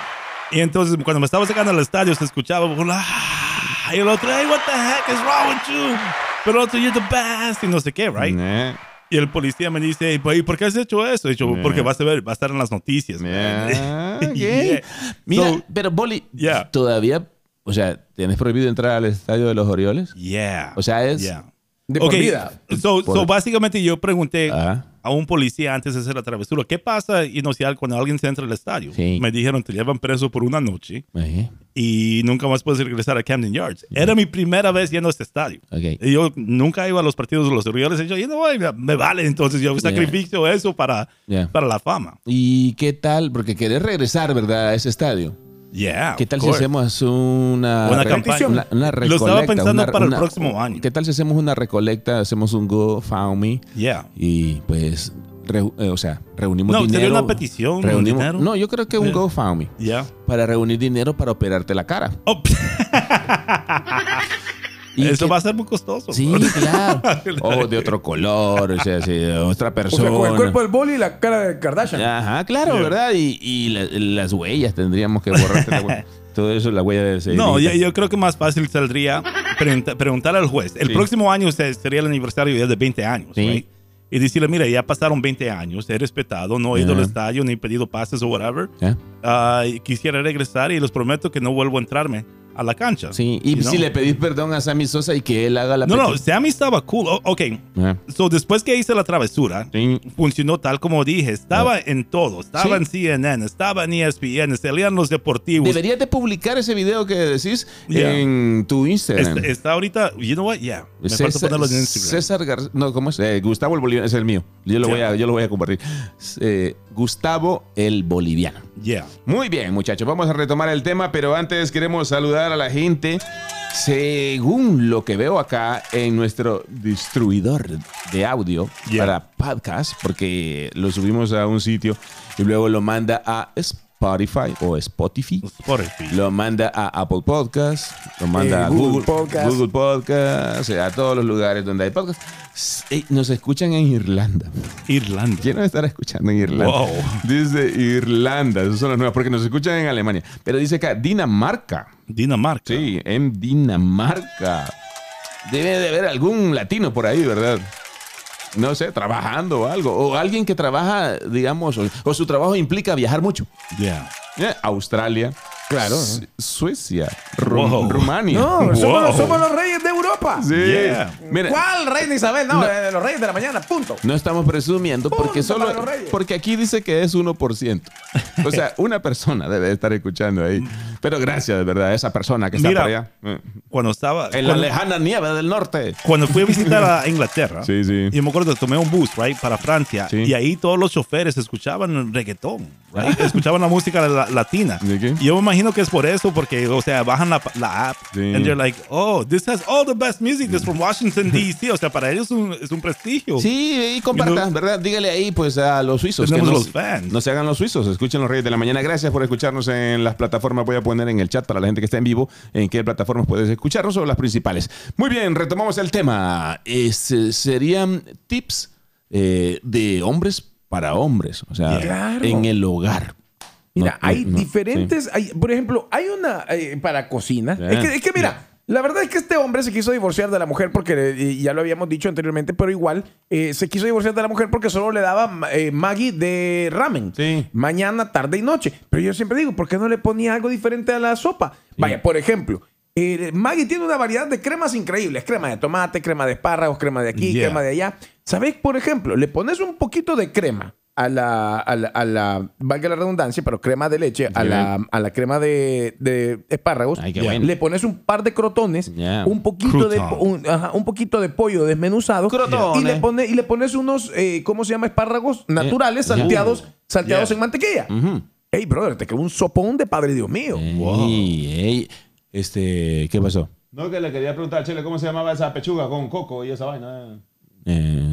Speaker 3: Y entonces cuando me estaba sacando al estadio se escuchaba, "Ah", y el otro, hey, what the heck is wrong with you? Pero el otro, you're the best, y no sé qué, right?
Speaker 1: Eh,
Speaker 3: Y el policía me dice, "Hey, ¿y por qué has hecho eso? Y yo,
Speaker 1: Nah.
Speaker 3: porque vas a ver, va a estar en las noticias.
Speaker 1: eh,
Speaker 3: man."
Speaker 1: ok.
Speaker 3: Yeah.
Speaker 1: Mira,
Speaker 3: So,
Speaker 1: pero Boli,
Speaker 3: Yeah.
Speaker 1: todavía, o sea, ¿tenés prohibido entrar al estadio de los Orioles?
Speaker 3: yeah.
Speaker 1: O sea, es-
Speaker 3: Yeah.
Speaker 2: de
Speaker 3: Ok,
Speaker 2: por vida.
Speaker 3: So,
Speaker 1: Por-
Speaker 3: so básicamente yo pregunté
Speaker 1: Ajá.
Speaker 3: a un policía antes de hacer la travesura, ¿qué pasa inicial cuando alguien se entra al estadio?
Speaker 1: Sí.
Speaker 3: Me dijeron, te llevan preso por una noche
Speaker 1: Eh,
Speaker 3: y nunca más puedes regresar a Camden Yards. Era mi primera vez yendo a este estadio.
Speaker 1: Ok.
Speaker 3: Y yo nunca iba a los partidos de los Orioles. Y yo, you know what, me- me vale, entonces yo sacrifico eso para,
Speaker 1: Yeah.
Speaker 3: para la fama.
Speaker 1: ¿Y qué tal? Porque querés regresar, ¿verdad? A ese estadio.
Speaker 3: Yeah,
Speaker 1: ¿Qué
Speaker 3: of
Speaker 1: tal si
Speaker 3: course.
Speaker 1: hacemos una,
Speaker 3: Buena
Speaker 1: re-
Speaker 3: campaña.
Speaker 1: una- una
Speaker 3: Lo
Speaker 1: recolecta?
Speaker 3: estaba pensando
Speaker 1: una-
Speaker 3: para el
Speaker 1: una-
Speaker 3: próximo año.
Speaker 1: ¿Qué tal si hacemos una recolecta, hacemos un GoFundMe
Speaker 3: Yeah.
Speaker 1: y pues, re- eh, o sea, reunimos
Speaker 3: No,
Speaker 1: dinero.
Speaker 3: sería una petición,
Speaker 1: reunimos-
Speaker 3: dinero. Eh.
Speaker 1: No, yo creo que un
Speaker 3: Yeah.
Speaker 1: GoFundMe
Speaker 3: Yeah.
Speaker 1: para reunir dinero para operarte la cara.
Speaker 3: Oh,
Speaker 1: ¿Y
Speaker 3: Eso
Speaker 1: qué-
Speaker 3: va a ser muy costoso.
Speaker 1: Sí, claro. Ojos de otro color, o sea, sí, otra
Speaker 2: O
Speaker 1: persona.
Speaker 2: sea, con el cuerpo del boli y la cara de Kardashian.
Speaker 1: Ajá, claro,
Speaker 3: Sí.
Speaker 1: ¿verdad? Y, y la- las huellas tendríamos que borrar. la hue- Todo eso, la huella de ese.
Speaker 3: No, yo, yo creo que más fácil saldría pregunta- preguntar al juez. El
Speaker 1: Sí.
Speaker 3: próximo año se- sería el aniversario ya de 20 años.
Speaker 1: Sí.
Speaker 3: right? Y decirle, mira, ya pasaron 20 años, he respetado, no he ido al
Speaker 1: Ajá.
Speaker 3: estadio ni he pedido pases o whatever.
Speaker 1: ¿Ya?
Speaker 3: Ah, y quisiera regresar y les prometo que no vuelvo a entrarme a la cancha.
Speaker 1: Sí, y
Speaker 3: You
Speaker 1: si
Speaker 3: know?
Speaker 1: le pedís perdón a Sammy Sosa y que él haga la
Speaker 3: No, no,
Speaker 1: peti-
Speaker 3: Sammy estaba cool. O- ok,
Speaker 1: Ah,
Speaker 3: so después que hice la travesura,
Speaker 1: sí. Ah.
Speaker 3: funcionó tal como dije. Estaba en todo. Estaba en CNN, estaba en E ESPN, salían los deportivos.
Speaker 1: Deberías de publicar ese video que decís
Speaker 3: Yeah.
Speaker 1: en tu Instagram.
Speaker 3: Está, Este, está ahorita, you know what, yeah. Me falta ponerlo en Instagram.
Speaker 1: César Gar- no, ¿cómo es? Eh, Gustavo el Boliviano, es el mío. Yo lo,
Speaker 3: Sí.
Speaker 1: voy, a, yo lo voy a compartir. Eh, Gustavo el Boliviano.
Speaker 3: Yeah.
Speaker 1: Muy bien, muchachos, vamos a retomar el tema, pero antes queremos saludar a la gente. Según lo que veo acá en nuestro distribuidor de audio
Speaker 3: Yeah.
Speaker 1: para podcast, porque lo subimos a un sitio y luego lo manda a Spotify o Spotify.
Speaker 3: Spotify.
Speaker 1: Lo manda a Apple Podcast, lo manda
Speaker 2: Eh,
Speaker 1: a
Speaker 2: Google
Speaker 1: Google,
Speaker 2: Podcast.
Speaker 1: Google Podcast, o sea, a todos los lugares donde hay podcast. S- eh, Nos escuchan en Irlanda.
Speaker 3: Irlanda.
Speaker 1: Quiero estar escuchando en Irlanda.
Speaker 3: Wow.
Speaker 1: Dice Irlanda, esos son los nuevos, porque nos escuchan en Alemania. Pero dice acá, Dinamarca.
Speaker 3: Dinamarca.
Speaker 1: Sí, en Dinamarca. Debe de haber algún latino por ahí, ¿verdad? No sé, trabajando o algo. O alguien que trabaja, digamos, o, o su trabajo implica viajar mucho.
Speaker 3: Yeah.
Speaker 1: Eh, Australia. Claro. Suecia. Ru-
Speaker 3: Wow.
Speaker 1: Rumania.
Speaker 2: No,
Speaker 3: Wow.
Speaker 2: somos, los, somos los reyes de Europa.
Speaker 1: Sí.
Speaker 3: Yeah.
Speaker 1: Mira,
Speaker 2: ¿Cuál reina Isabel? No, eh, los reyes de la mañana, punto.
Speaker 1: No estamos presumiendo porque
Speaker 2: Punto
Speaker 1: solo
Speaker 2: para los Reyes.
Speaker 1: porque aquí dice que es 1%. O sea, una persona debe estar escuchando ahí. Pero gracias de verdad a esa persona que está
Speaker 3: Mira,
Speaker 1: por allá. Eh,
Speaker 3: Cuando estaba.
Speaker 1: En la
Speaker 3: cuando,
Speaker 1: lejana nieve del norte.
Speaker 3: cuando fui a visitar a Inglaterra.
Speaker 1: Sí, sí.
Speaker 3: Y me acuerdo, tomé un bus, right, para Francia.
Speaker 1: Sí. Ah.
Speaker 3: Y ahí todos los choferes escuchaban reggaetón, right? escuchaban la música la- latina.
Speaker 1: ¿De qué?
Speaker 3: Y yo me imagino que es por eso, porque, o sea, bajan la, la app.
Speaker 1: Sí.
Speaker 3: And they're like, oh, this has all the best music. This from Washington, D.C. O sea, para ellos es un, es un prestigio.
Speaker 1: Sí, y compartan,
Speaker 3: No-
Speaker 1: ¿verdad? Dígale ahí pues a los suizos.
Speaker 3: Tenemos
Speaker 1: no,
Speaker 3: los fans.
Speaker 1: no se hagan los suizos, escuchen los Reyes de la Mañana. Gracias por escucharnos en las plataformas. Voy a poner en el chat para la gente que está en vivo en qué plataformas puedes escucharnos o las principales. Muy bien, retomamos el tema. Es, eh, serían tips eh, de hombres para hombres, o sea,
Speaker 2: Claro.
Speaker 1: en el hogar.
Speaker 2: Mira,
Speaker 1: No, no,
Speaker 2: hay
Speaker 1: no,
Speaker 2: diferentes. hay- por ejemplo, hay una eh, para cocina.
Speaker 1: Ya.
Speaker 2: Es, que, es que mira, la verdad es que este hombre se quiso divorciar de la mujer porque eh, ya lo habíamos dicho anteriormente, pero igual eh, se quiso divorciar de la mujer porque solo le daba ma- eh, Maggie de ramen.
Speaker 1: Sí.
Speaker 2: Mañana, tarde y noche. Pero yo siempre digo, ¿por qué no le ponía algo diferente a la sopa? Vaya, por ejemplo. eh, Maggie tiene una variedad de cremas increíbles: crema de tomate, crema de espárragos, crema de aquí,
Speaker 3: Yeah.
Speaker 2: crema de allá. ¿Sabes? Por ejemplo, le pones un poquito de crema a la, a la, a la- valga la redundancia, pero crema de leche, a, la, a la crema de, de espárragos.
Speaker 1: Ay, qué
Speaker 2: Ya.
Speaker 1: bueno.
Speaker 2: Le pones un par de crotones,
Speaker 1: Ya.
Speaker 2: un, poquito de,
Speaker 3: Crouton.
Speaker 2: po- un, ajá, un poquito de pollo desmenuzado.
Speaker 1: Crotones.
Speaker 2: Y le, pone, y le pones unos, eh, ¿cómo se llama? Espárragos naturales,
Speaker 1: Eh, Ya.
Speaker 2: salteados, salteados
Speaker 3: Ya.
Speaker 2: en mantequilla. Ey, brother, te quedó un sopón de padre Dios mío.
Speaker 1: Wow. este, ¿qué pasó? No, que le quería preguntar, Chile, ¿cómo se llamaba esa pechuga con coco y esa vaina? eh?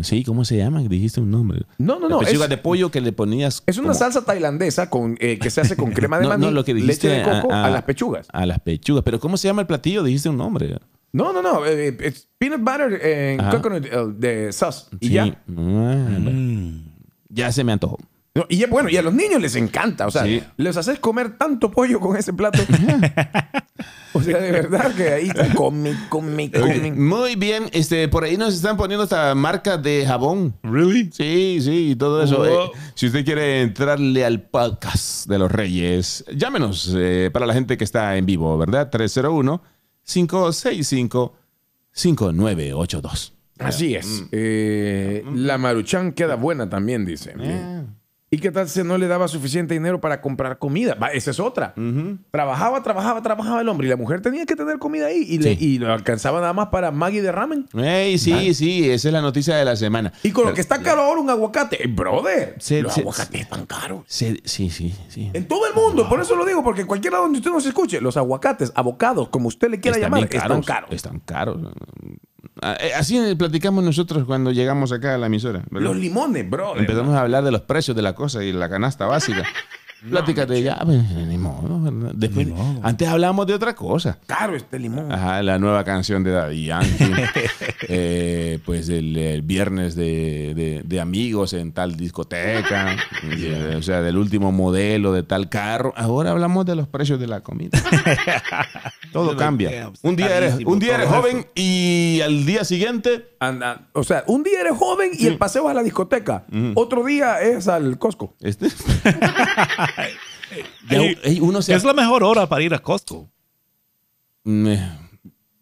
Speaker 1: sí, ¿cómo se llama? Dijiste un nombre.
Speaker 2: No, no, no,
Speaker 1: Pechuga
Speaker 2: es-
Speaker 1: de pollo que le ponías.
Speaker 2: Es una
Speaker 1: como-
Speaker 2: salsa tailandesa con, eh, que se hace con crema de
Speaker 1: No,
Speaker 2: maní,
Speaker 1: no, lo que dijiste ah,
Speaker 2: leche de coco
Speaker 1: a-
Speaker 2: a,
Speaker 1: a-
Speaker 2: las pechugas.
Speaker 1: A las pechugas. Pero ¿cómo se llama el platillo? Dijiste un nombre.
Speaker 2: No, no, no. eh, eh, it's peanut butter and
Speaker 1: Ajá.
Speaker 2: coconut eh, de sauce. Y
Speaker 1: Sí.
Speaker 2: ya.
Speaker 1: Ah, bueno.
Speaker 3: Mm.
Speaker 1: Ya se me antojó.
Speaker 2: No, y ya, bueno, y a los niños les encanta. O sea,
Speaker 1: Sí.
Speaker 2: les haces comer tanto pollo con ese plato. o sea, de verdad que ahí está. Come, come, come.
Speaker 1: Muy bien. Este, por ahí nos están poniendo esta marca de jabón.
Speaker 3: Really?
Speaker 1: Sí, sí, y todo eso.
Speaker 3: Wow.
Speaker 1: Eh, si usted quiere entrarle al podcast de los Reyes, llámenos eh, para la gente que está en vivo, ¿verdad? 301-565-5982.
Speaker 2: Así es.
Speaker 1: mm.
Speaker 2: Eh, la maruchan queda buena también, dice.
Speaker 1: Ah.
Speaker 2: ¿Y qué tal si no le daba suficiente dinero para comprar comida? Va, esa es otra. Trabajaba, trabajaba, trabajaba el hombre y la mujer tenía que tener comida ahí y, le,
Speaker 1: Sí.
Speaker 2: y lo alcanzaba nada más para Maggie de ramen.
Speaker 1: Ey, sí, sí, esa es la noticia de la semana.
Speaker 2: Y con lo que está caro ahora un aguacate, eh, brother,
Speaker 1: Se-
Speaker 2: los
Speaker 1: se-
Speaker 2: aguacates están caros.
Speaker 1: Sí, sí, sí. sí.
Speaker 2: En todo el mundo, por eso lo digo, porque en cualquier lado donde usted nos escuche, los aguacates, abocados, como usted le quiera llamar,
Speaker 1: bien
Speaker 2: están caros.
Speaker 1: Están caros. Ah, eh, Así platicamos nosotros cuando llegamos acá a la emisora. ¿verdad?
Speaker 2: Los limones, brother.
Speaker 1: Empezamos a hablar de los precios de la cosa y la canasta básica. pláticas de ella. Ni modo. Después,
Speaker 3: Ni modo.
Speaker 1: Antes hablábamos de otra cosa.
Speaker 2: Caro este limón.
Speaker 1: Ajá, la nueva canción de Daddy Yankee. Eh, pues el, el viernes de, de- de amigos en tal discoteca. Y, eh, O sea, del último modelo de tal carro. Ahora hablamos de los precios de la comida. todo cambia. Un día eres, un día eres
Speaker 3: Todo
Speaker 1: joven y al día siguiente.
Speaker 2: Anda- o sea, un día eres joven y el paseo es a la discoteca. Otro día es al Costco.
Speaker 1: Este, Ya,
Speaker 3: Ey,
Speaker 1: ey, uno se-
Speaker 3: Es la mejor hora para ir a Costco.
Speaker 1: Mm,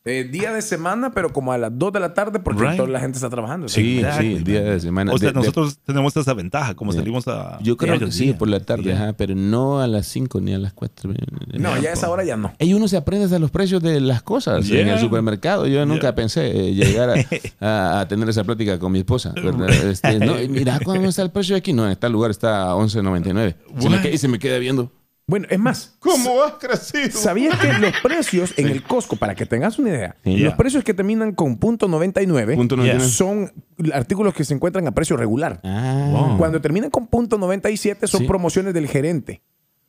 Speaker 2: Eh, día de semana, pero como a las 2 de la tarde porque
Speaker 3: Right.
Speaker 2: toda la gente está trabajando.
Speaker 1: sí,
Speaker 3: Exactly,
Speaker 1: sí, el día de semana.
Speaker 3: O sea,
Speaker 1: De- de-
Speaker 3: nosotros tenemos esa ventaja, como
Speaker 1: de-
Speaker 3: salimos a...
Speaker 1: yo creo
Speaker 3: diario,
Speaker 1: que sí,
Speaker 3: día,
Speaker 1: por la tarde,
Speaker 3: día.
Speaker 1: ajá, pero no a las 5 ni a las 4.
Speaker 2: No, ya a esa hora ya no.
Speaker 1: Y uno se aprende hasta los precios de las cosas en
Speaker 3: Yeah.
Speaker 1: el supermercado. Yo nunca
Speaker 3: Yeah.
Speaker 1: pensé eh, llegar a, a- a tener esa plática con mi esposa. ¿verdad? Este, no, y mira, ¿cuándo está el precio aquí? No, en tal lugar está a 11.99. Se me
Speaker 3: What?
Speaker 1: que- y se me queda viendo.
Speaker 2: Bueno, es más,
Speaker 1: ¿Cómo has crecido?
Speaker 2: ¿sabías que los precios en el Costco, para que tengas una idea,
Speaker 1: Sí.
Speaker 2: los
Speaker 3: Ya.
Speaker 2: precios que terminan con punto .99
Speaker 1: Punto
Speaker 3: Yeah.
Speaker 1: 99.
Speaker 2: son artículos que se encuentran a precio regular.
Speaker 1: Ah,
Speaker 3: Wow.
Speaker 2: Cuando terminan con punto .97 son
Speaker 1: Sí.
Speaker 2: promociones del gerente.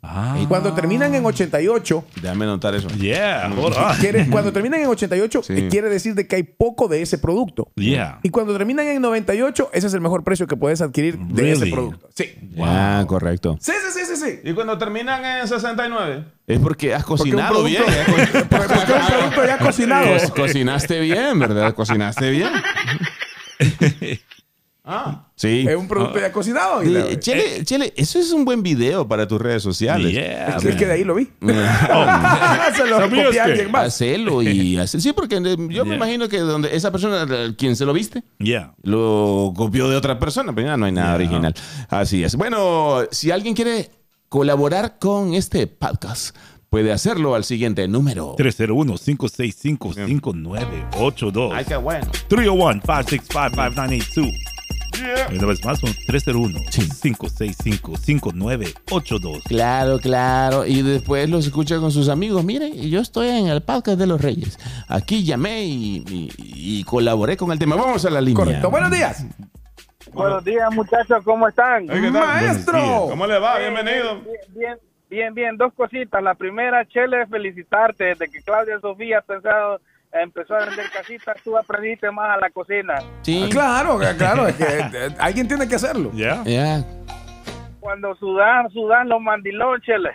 Speaker 3: Ah,
Speaker 2: Y cuando terminan en 88,
Speaker 1: déjame notar eso.
Speaker 3: yeah, hold on.
Speaker 2: quiere- cuando terminan en 88
Speaker 1: Sí.
Speaker 2: eh, quiere decir de que hay poco de ese producto.
Speaker 3: Yeah.
Speaker 2: Y cuando terminan en 98, ese es el mejor precio que puedes adquirir de ese
Speaker 3: Really?
Speaker 2: producto. Sí.
Speaker 1: Ah, correcto.
Speaker 2: Sí, sí, sí, sí, sí.
Speaker 1: ¿Y cuando terminan en 69? Es porque has
Speaker 2: Porque un
Speaker 1: cocinado
Speaker 2: producto,
Speaker 1: bien. Eh,
Speaker 2: porque- porque un producto ya cocinado.
Speaker 1: Co- cocinaste bien, ¿verdad? Cocinaste bien. Ah, sí.
Speaker 2: Es un producto ya cocinado. y la-
Speaker 1: Eh, Chele, Chele, eso es un buen video para tus redes sociales.
Speaker 3: Yeah,
Speaker 2: es que- es que de ahí lo vi. Se
Speaker 3: ¿Sabías
Speaker 2: lo copié a
Speaker 3: que?
Speaker 2: alguien más.
Speaker 1: Hacelo y hace- Sí, porque eh, yo me
Speaker 3: Yeah.
Speaker 1: imagino que donde esa persona, quien se lo viste,
Speaker 3: Yeah.
Speaker 1: lo copió de otra persona, pero ya no hay nada
Speaker 3: Yeah.
Speaker 1: original. Así es. Bueno, si alguien quiere colaborar con este podcast, puede hacerlo al siguiente número.
Speaker 3: 301-565-5982.
Speaker 1: Ay, qué bueno.
Speaker 3: 301-565-5982. Y Una vez más, son 301-565-5982.
Speaker 1: Claro, claro. Y después los escucha con sus amigos. Miren, yo estoy en el podcast de los Reyes. Aquí llamé y, y- y colaboré con el tema. Vamos a la línea.
Speaker 2: Correcto. Buenos días.
Speaker 7: Buenos días, muchachos, ¿cómo están?
Speaker 2: Maestro.
Speaker 1: le va?
Speaker 2: Eh,
Speaker 7: Bien, bien, bien, bien, dos cositas. La primera, Chele, felicitarte. Desde que Claudia Sofía pensado, empezó a vender casitas, tú aprendiste más a la cocina.
Speaker 1: Sí.
Speaker 2: Claro, claro. Es que eh, alguien tiene que hacerlo.
Speaker 3: Yeah.
Speaker 1: Ya.
Speaker 7: Cuando sudan, sudan los mandilón, Chele.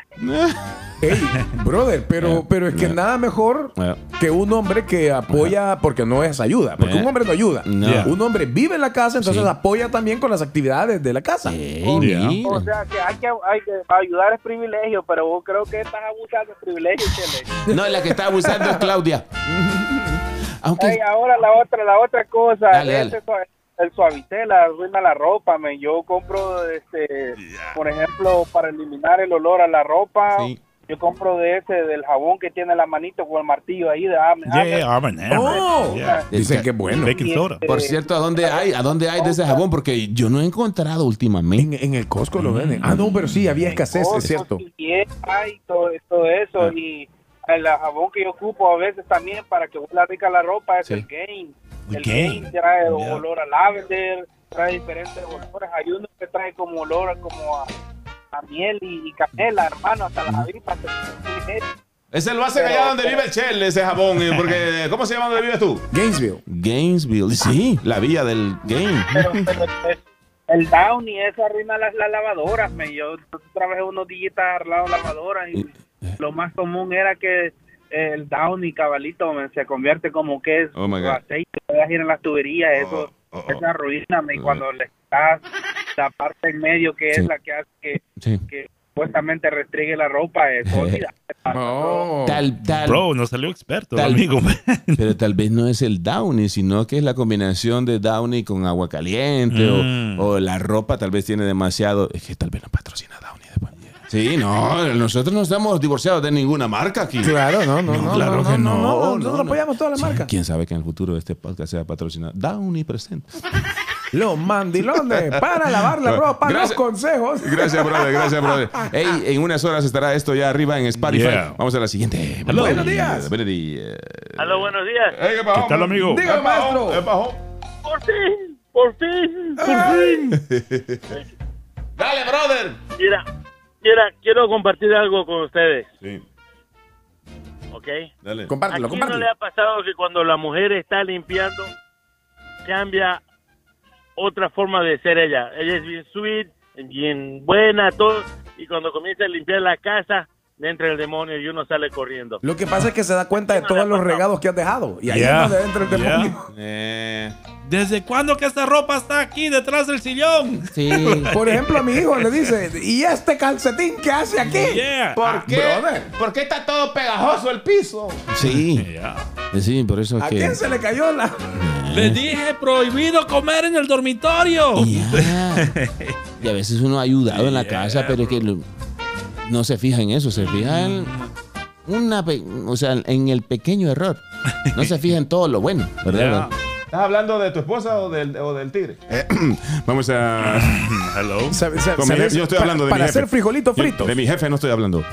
Speaker 2: Ey, brother, pero,
Speaker 1: Eh,
Speaker 2: pero es que
Speaker 1: eh.
Speaker 2: nada mejor
Speaker 1: Eh.
Speaker 2: que un hombre que apoya, porque no es ayuda, porque
Speaker 1: Eh.
Speaker 2: un hombre no ayuda.
Speaker 1: No.
Speaker 3: Yeah.
Speaker 2: Un hombre vive en la casa, entonces
Speaker 1: Sí. Eh,
Speaker 2: apoya también con las actividades de la casa.
Speaker 1: Ey,
Speaker 3: Yeah.
Speaker 1: mira.
Speaker 7: O sea, que hay que, hay que ayudar es privilegio, pero vos creo que estás abusando de privilegio, Chele.
Speaker 1: No, la que está abusando es Claudia. Aunque.
Speaker 7: Ey, ahora la otra, la otra cosa,
Speaker 1: Dale,
Speaker 7: este
Speaker 1: dale.
Speaker 7: sua- el suavitel arruina la ropa, men. yo compro, este, por ejemplo, para eliminar el olor a la
Speaker 8: ah,
Speaker 7: ropa,
Speaker 1: Sí.
Speaker 7: yo compro de ese, del jabón que tiene la manito con el martillo ahí, de ah, Arm and
Speaker 3: Yeah,
Speaker 7: Hammer.
Speaker 3: Arm and Hammer.
Speaker 2: Oh.
Speaker 3: Yeah.
Speaker 1: eh,
Speaker 2: Dicen que bueno.
Speaker 3: Baking
Speaker 7: Y
Speaker 3: soda.
Speaker 7: este-
Speaker 1: Por cierto, ¿a dónde hay? ¿A dónde hay de ese jabón? Porque yo no he encontrado
Speaker 2: En,
Speaker 1: últimamente.
Speaker 2: en el Costco lo venden. Ah, no, pero sí, había escasez, es
Speaker 7: cosas,
Speaker 2: cierto.
Speaker 7: y es- ay, todo, todo eso, y el jabón que yo ocupo a veces también para que huela rica la ropa es
Speaker 1: Sí.
Speaker 7: el Gain.
Speaker 3: El
Speaker 7: El
Speaker 3: Gain.
Speaker 7: Gain, trae
Speaker 3: Yeah.
Speaker 7: olor a lavender, trae diferentes olores. Hay uno que trae como olor como a, a miel y, y canela, hermano, hasta las avispas.
Speaker 1: Ese lo hacen allá donde vive el Chel, ese jabón. eh, Porque, ¿cómo se llama donde vives tú?
Speaker 2: Gainesville.
Speaker 1: Gainesville. Sí, la vía del game.
Speaker 7: Pero, pero el, el Downy, eso arruina las, las lavadoras. Me. Yo trabajé unos días al lado de lavadoras y lo más común era que el Downy, cabalito, me, se convierte como que es
Speaker 1: Oh, my God. Oh,
Speaker 7: aceite, lo dejas ir en las tuberías, eso, esa ruina. Me. Y Cuando le estás la parte en medio que
Speaker 1: Sí.
Speaker 7: es la que hace que,
Speaker 1: Sí.
Speaker 7: que supuestamente restriegue la ropa, es sólida.
Speaker 2: Oh.
Speaker 1: Tal, tal.
Speaker 3: Bro, nos salió experto,
Speaker 1: Tal-
Speaker 3: amigo. man.
Speaker 1: Pero tal vez no es el Downy, sino que es la combinación de Downy con agua caliente o-
Speaker 3: Mm.
Speaker 1: o, la ropa tal vez tiene demasiado. Es que tal vez no patrocina Downy después. Sí, no, nosotros no estamos divorciados de ninguna marca aquí.
Speaker 2: Claro, no, no, no. no,
Speaker 1: claro
Speaker 2: no,
Speaker 1: que
Speaker 2: no,
Speaker 1: no,
Speaker 2: no,
Speaker 1: no,
Speaker 2: Nosotros
Speaker 1: no.
Speaker 2: apoyamos todas las
Speaker 1: Sí,
Speaker 2: marcas.
Speaker 1: Quién sabe que en el futuro este podcast sea patrocinado. Downy presente.
Speaker 2: Los mandilones para lavar la ropa, los
Speaker 1: Gracias.
Speaker 2: consejos.
Speaker 1: Gracias, brother. Gracias, brother. Ey, en unas horas estará esto ya arriba en Spotify.
Speaker 3: Yeah.
Speaker 1: Vamos a la siguiente.
Speaker 3: Hello.
Speaker 2: Buenos días.
Speaker 1: Buenos días.
Speaker 7: Aló, buenos días.
Speaker 1: Ey, ¿qué
Speaker 3: ¿Qué tal, amigo?
Speaker 2: Diga,
Speaker 1: ¿Qué pasó?
Speaker 2: maestro.
Speaker 1: ¿Qué pasó?
Speaker 7: Por fin, por fin.
Speaker 1: Dale, brother.
Speaker 7: Mira,
Speaker 8: Mira, quiero compartir algo con ustedes,
Speaker 1: Sí,
Speaker 8: ¿ok?
Speaker 1: dale.
Speaker 2: Compártelo,
Speaker 8: ¿A quién no
Speaker 2: compártelo.
Speaker 8: le ha pasado que cuando la mujer está limpiando, cambia otra forma de ser ella? Ella es bien sweet, bien buena, todo. Y cuando comienza a limpiar la casa, le entra el demonio y uno sale corriendo.
Speaker 2: Lo que pasa es que se da cuenta de todos los regados que has dejado. Y ahí
Speaker 3: Yeah.
Speaker 2: es donde entra el
Speaker 3: Yeah.
Speaker 2: demonio.
Speaker 1: Eh,
Speaker 3: ¿Desde cuándo que esta ropa está aquí detrás del sillón?
Speaker 9: Sí.
Speaker 2: Por ejemplo, a mi hijo le dice, ¿y este calcetín qué hace aquí?
Speaker 3: Yeah.
Speaker 1: ¿Por
Speaker 2: Ah,
Speaker 1: qué?
Speaker 2: brother.
Speaker 1: ¿Por qué está todo pegajoso el piso? Sí,
Speaker 3: Yeah.
Speaker 1: sí, por eso es
Speaker 2: ¿A
Speaker 1: que.
Speaker 2: quién se le cayó la...?
Speaker 3: Le dije prohibido comer en el dormitorio.
Speaker 1: Ya. Y a veces uno ha ayudado en la
Speaker 3: Yeah,
Speaker 1: casa, pero es que lo- no se fija en eso, se fija en una pe- o sea, en el pequeño error. No se fija en todo lo bueno, ¿verdad? ¿Estás hablando de tu esposa o del, tigre? Eh, vamos a.
Speaker 3: Hello.
Speaker 2: Sa- sa-
Speaker 1: Con mi
Speaker 2: ¿sabes?
Speaker 1: jefe, yo estoy
Speaker 2: Pa-
Speaker 1: hablando de mi
Speaker 2: Para
Speaker 1: jefe.
Speaker 2: hacer frijolitos fritos.
Speaker 1: mi jefe no estoy hablando.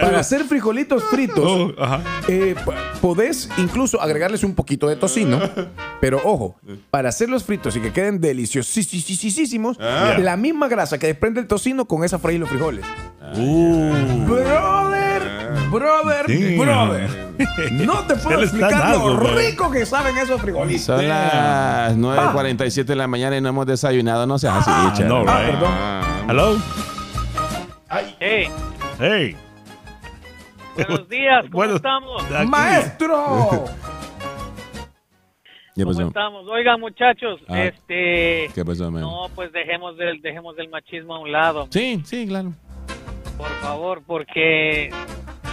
Speaker 2: Para hacer frijolitos fritos,
Speaker 3: Oh, ajá.
Speaker 2: eh, pa- podés incluso agregarles un poquito de tocino. Pero ojo, para hacerlos fritos y que queden deliciosísimos,
Speaker 1: Ah.
Speaker 2: la misma grasa que desprende el tocino, con esa freís los frijoles.
Speaker 3: Uh.
Speaker 2: Brother, brother,
Speaker 3: Sí.
Speaker 2: brother. No te puedo
Speaker 3: Él está
Speaker 2: explicar lo
Speaker 3: algo, bro.
Speaker 2: rico que saben esos frijolitos.
Speaker 1: Son las 9.47 de la mañana y no hemos desayunado, no seas así,
Speaker 3: Ah,
Speaker 1: Charo.
Speaker 3: no,
Speaker 2: Ah,
Speaker 3: right.
Speaker 2: perdón.
Speaker 3: Hello.
Speaker 8: ¡Hey!
Speaker 3: Hey.
Speaker 8: Buenos días, Ah, ¿cómo
Speaker 3: Bueno,
Speaker 8: estamos?
Speaker 3: aquí.
Speaker 2: Maestro.
Speaker 1: ¿Qué
Speaker 8: ¿Cómo
Speaker 1: pasó?
Speaker 8: estamos? Oigan, muchachos,
Speaker 1: Ah.
Speaker 8: este...
Speaker 1: ¿Qué pasó, man?
Speaker 8: No, pues dejemos del, dejemos del machismo a un lado,
Speaker 1: Sí, sí, claro.
Speaker 8: por favor, porque...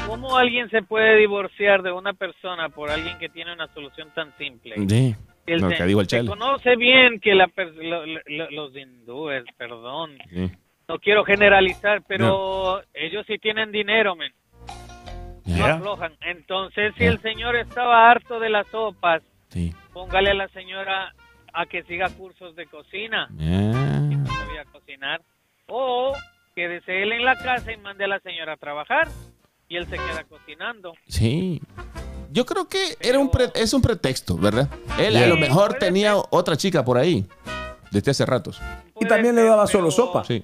Speaker 8: ¿Cómo alguien se puede divorciar de una persona por alguien que tiene una solución tan simple?
Speaker 1: Sí.
Speaker 8: El
Speaker 1: Lo
Speaker 8: se-
Speaker 1: que dijo el
Speaker 8: se
Speaker 1: Chelo.
Speaker 8: conoce bien que la pers- lo- lo- lo- los hindúes, perdón,
Speaker 1: Sí.
Speaker 8: no quiero generalizar, pero ellos sí tienen dinero, men. No
Speaker 3: Yeah.
Speaker 8: aflojan. Entonces, si
Speaker 1: Yeah.
Speaker 8: el señor estaba harto de las sopas,
Speaker 1: Sí.
Speaker 8: póngale a la señora a que siga cursos de cocina,
Speaker 1: Ah.
Speaker 8: si no sabía cocinar, o quédese él en la casa y mande a la señora a trabajar y él se queda cocinando.
Speaker 1: Sí. Yo creo que era un pre- es un pretexto, ¿verdad? Él a
Speaker 8: Sí,
Speaker 1: lo mejor
Speaker 8: puede
Speaker 1: tenía otra chica por ahí desde hace ratos.
Speaker 2: Y
Speaker 8: Puede
Speaker 2: también le
Speaker 8: ser,
Speaker 2: daba
Speaker 8: pero
Speaker 2: solo sopa.
Speaker 1: Sí.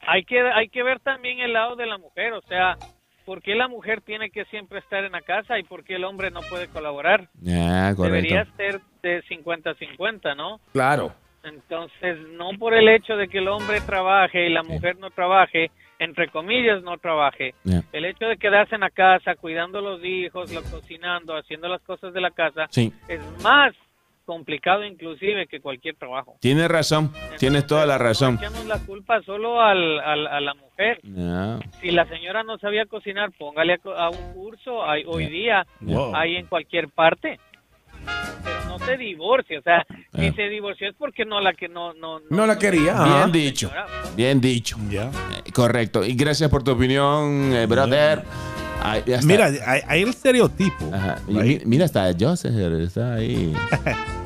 Speaker 8: Hay que hay que ver también el lado de la mujer, o sea, ¿por qué la mujer tiene que siempre estar en la casa y por qué el hombre no puede colaborar?
Speaker 1: Ah, correcto.
Speaker 8: Debería ser de 50-50, ¿no?
Speaker 2: Claro.
Speaker 8: Entonces, no por el hecho de que el hombre trabaje y la mujer no trabaje, entre comillas, no trabaje.
Speaker 1: Ya.
Speaker 8: El hecho de quedarse en la casa, cuidando a los hijos, lo, cocinando, haciendo las cosas de la casa,
Speaker 1: Sí.
Speaker 8: es más complicado inclusive que cualquier trabajo.
Speaker 1: Tienes razón. Tienes toda la razón.
Speaker 8: No echamos la culpa solo al, al- a la mujer.
Speaker 1: Ah,
Speaker 8: Si la señora no sabía cocinar, póngale a, co- a un curso hay- hoy
Speaker 1: Ya.
Speaker 8: día,
Speaker 3: Wow.
Speaker 8: hay en cualquier parte. Pero no se divorcie, o sea, si
Speaker 1: Ya.
Speaker 8: se divorció es porque no la que no no
Speaker 2: No la quería. ajá.
Speaker 1: Bien dicho.
Speaker 8: señora,
Speaker 1: Bien dicho.
Speaker 3: Yeah.
Speaker 1: Eh, Correcto. Y gracias por tu opinión, eh, brother. Ay, ya está.
Speaker 3: Mira, hay, hay el estereotipo.
Speaker 1: Ajá. Y mi-
Speaker 3: right?
Speaker 1: Mira, está Joseph, está ahí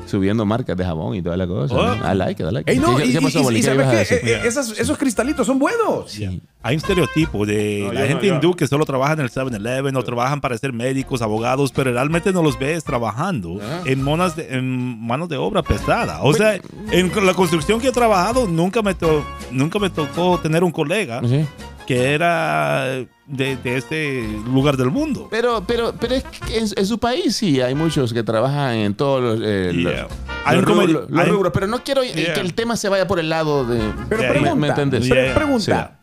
Speaker 1: subiendo marcas de jabón y toda la cosa.
Speaker 3: Oh.
Speaker 1: I like, it, I like. it.
Speaker 2: Ey, no,
Speaker 1: ¿Qué-
Speaker 2: y,
Speaker 1: qué
Speaker 2: y-
Speaker 1: pasó,
Speaker 2: y-
Speaker 1: Boli?
Speaker 2: y
Speaker 1: ¿Qué
Speaker 2: ¿sabes
Speaker 1: ibas a
Speaker 2: qué?
Speaker 1: decir?
Speaker 2: Eh, eh, esas- esos cristalitos son buenos.
Speaker 3: Yeah. Hay un estereotipo de la gente hindú que solo trabaja en el 7-Eleven o trabajan para ser médicos, abogados, pero realmente no los ves trabajando en, monas de- en manos de obra pesada. O sea, en la construcción que he trabajado, nunca me, to- nunca me tocó tener un colega
Speaker 1: Sí.
Speaker 3: que era de, de este lugar del mundo.
Speaker 1: Pero, pero, pero es que en, en su país sí hay muchos que trabajan en todos los, eh, los-
Speaker 3: Yeah.
Speaker 1: los
Speaker 3: Hay un
Speaker 1: rubros,
Speaker 3: comedi-
Speaker 1: los- los
Speaker 3: hay-
Speaker 1: rubros. Pero no quiero eh,
Speaker 3: Yeah.
Speaker 1: que el tema se vaya por el lado de.
Speaker 2: Pero
Speaker 3: Yeah,
Speaker 2: pregunta,
Speaker 1: ¿Me, me entendés?
Speaker 2: pre-
Speaker 3: Yeah.
Speaker 2: pregunta,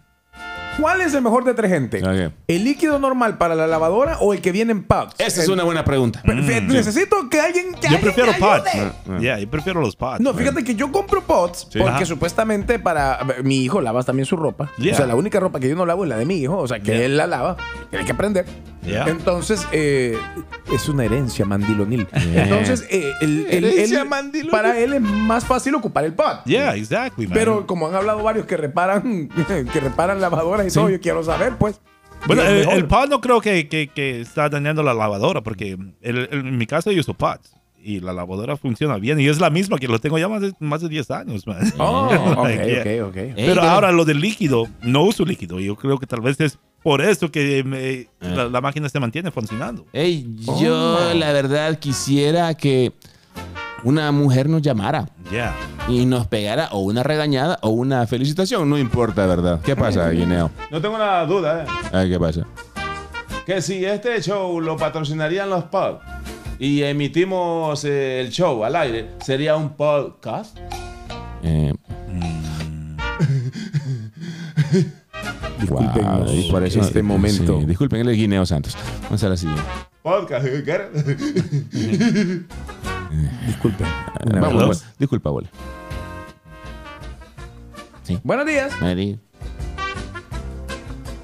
Speaker 2: ¿cuál es el mejor detergente?
Speaker 1: Ok.
Speaker 2: ¿El líquido normal para la lavadora o el que viene en pads?
Speaker 1: Esa es
Speaker 2: El-
Speaker 1: una buena pregunta.
Speaker 2: Pe- fe- Necesito que alguien. que
Speaker 3: Yo
Speaker 2: alguien
Speaker 3: prefiero
Speaker 2: me
Speaker 3: pods.
Speaker 2: ayude.
Speaker 1: Ah.
Speaker 3: Yeah, yo prefiero los pods.
Speaker 2: No, fíjate que yo compro pots
Speaker 1: Sí.
Speaker 2: porque
Speaker 3: Ajá.
Speaker 2: supuestamente para. Mi hijo lava también su ropa.
Speaker 3: Yeah.
Speaker 2: O sea, la única ropa que yo no lavo es la de mi hijo. O sea, que
Speaker 3: Yeah.
Speaker 2: él la lava. Tiene que aprender.
Speaker 3: Yeah.
Speaker 2: Entonces, eh, es una herencia mandilonil. Entonces, eh, el, el-
Speaker 1: Herencia
Speaker 2: el-
Speaker 1: mandilonil.
Speaker 2: para él es más fácil ocupar el pot.
Speaker 3: Yeah, exactly, man.
Speaker 2: Pero como han hablado varios que reparan, que reparan lavadoras y todo, yo quiero saber, pues.
Speaker 3: Bueno, eh,
Speaker 2: ¿qué es
Speaker 3: el,
Speaker 2: mejor?
Speaker 3: el pod no creo que, que- que está dañando la lavadora, porque el- el- en mi caso yo uso pods y la lavadora funciona bien y es la misma que lo tengo ya más de, más de 10 años, man.
Speaker 2: Oh,
Speaker 3: Like, yeah.
Speaker 2: ok, ok, ok.
Speaker 1: Ey,
Speaker 3: Pero ahora lo del líquido, no uso líquido. Yo creo que tal vez es por eso que me-
Speaker 2: Eh.
Speaker 3: la, la
Speaker 1: Oh.
Speaker 3: máquina se mantiene funcionando.
Speaker 1: Ey, yo la verdad quisiera que una mujer nos llamara
Speaker 10: Yeah.
Speaker 1: y nos pegara o una regañada o una felicitación, no importa, ¿verdad? ¿Qué pasa, Guineo?
Speaker 3: No tengo la duda, ¿eh?
Speaker 1: A ver qué pasa.
Speaker 3: que si este show lo patrocinarían los pubs y emitimos eh, el show al aire, sería un podcast.
Speaker 1: Eh,
Speaker 2: Discúlpenos
Speaker 1: wow, y por eso-
Speaker 2: este momento.
Speaker 1: sí, disculpen, él es Guineo Santos. Vamos a la siguiente.
Speaker 3: Podcast, ¿qué era?
Speaker 2: Disculpen. pues.
Speaker 1: Vamos,
Speaker 10: abrazo.
Speaker 1: Bola. Disculpa, Bola.
Speaker 2: Buenos días.
Speaker 1: Me di-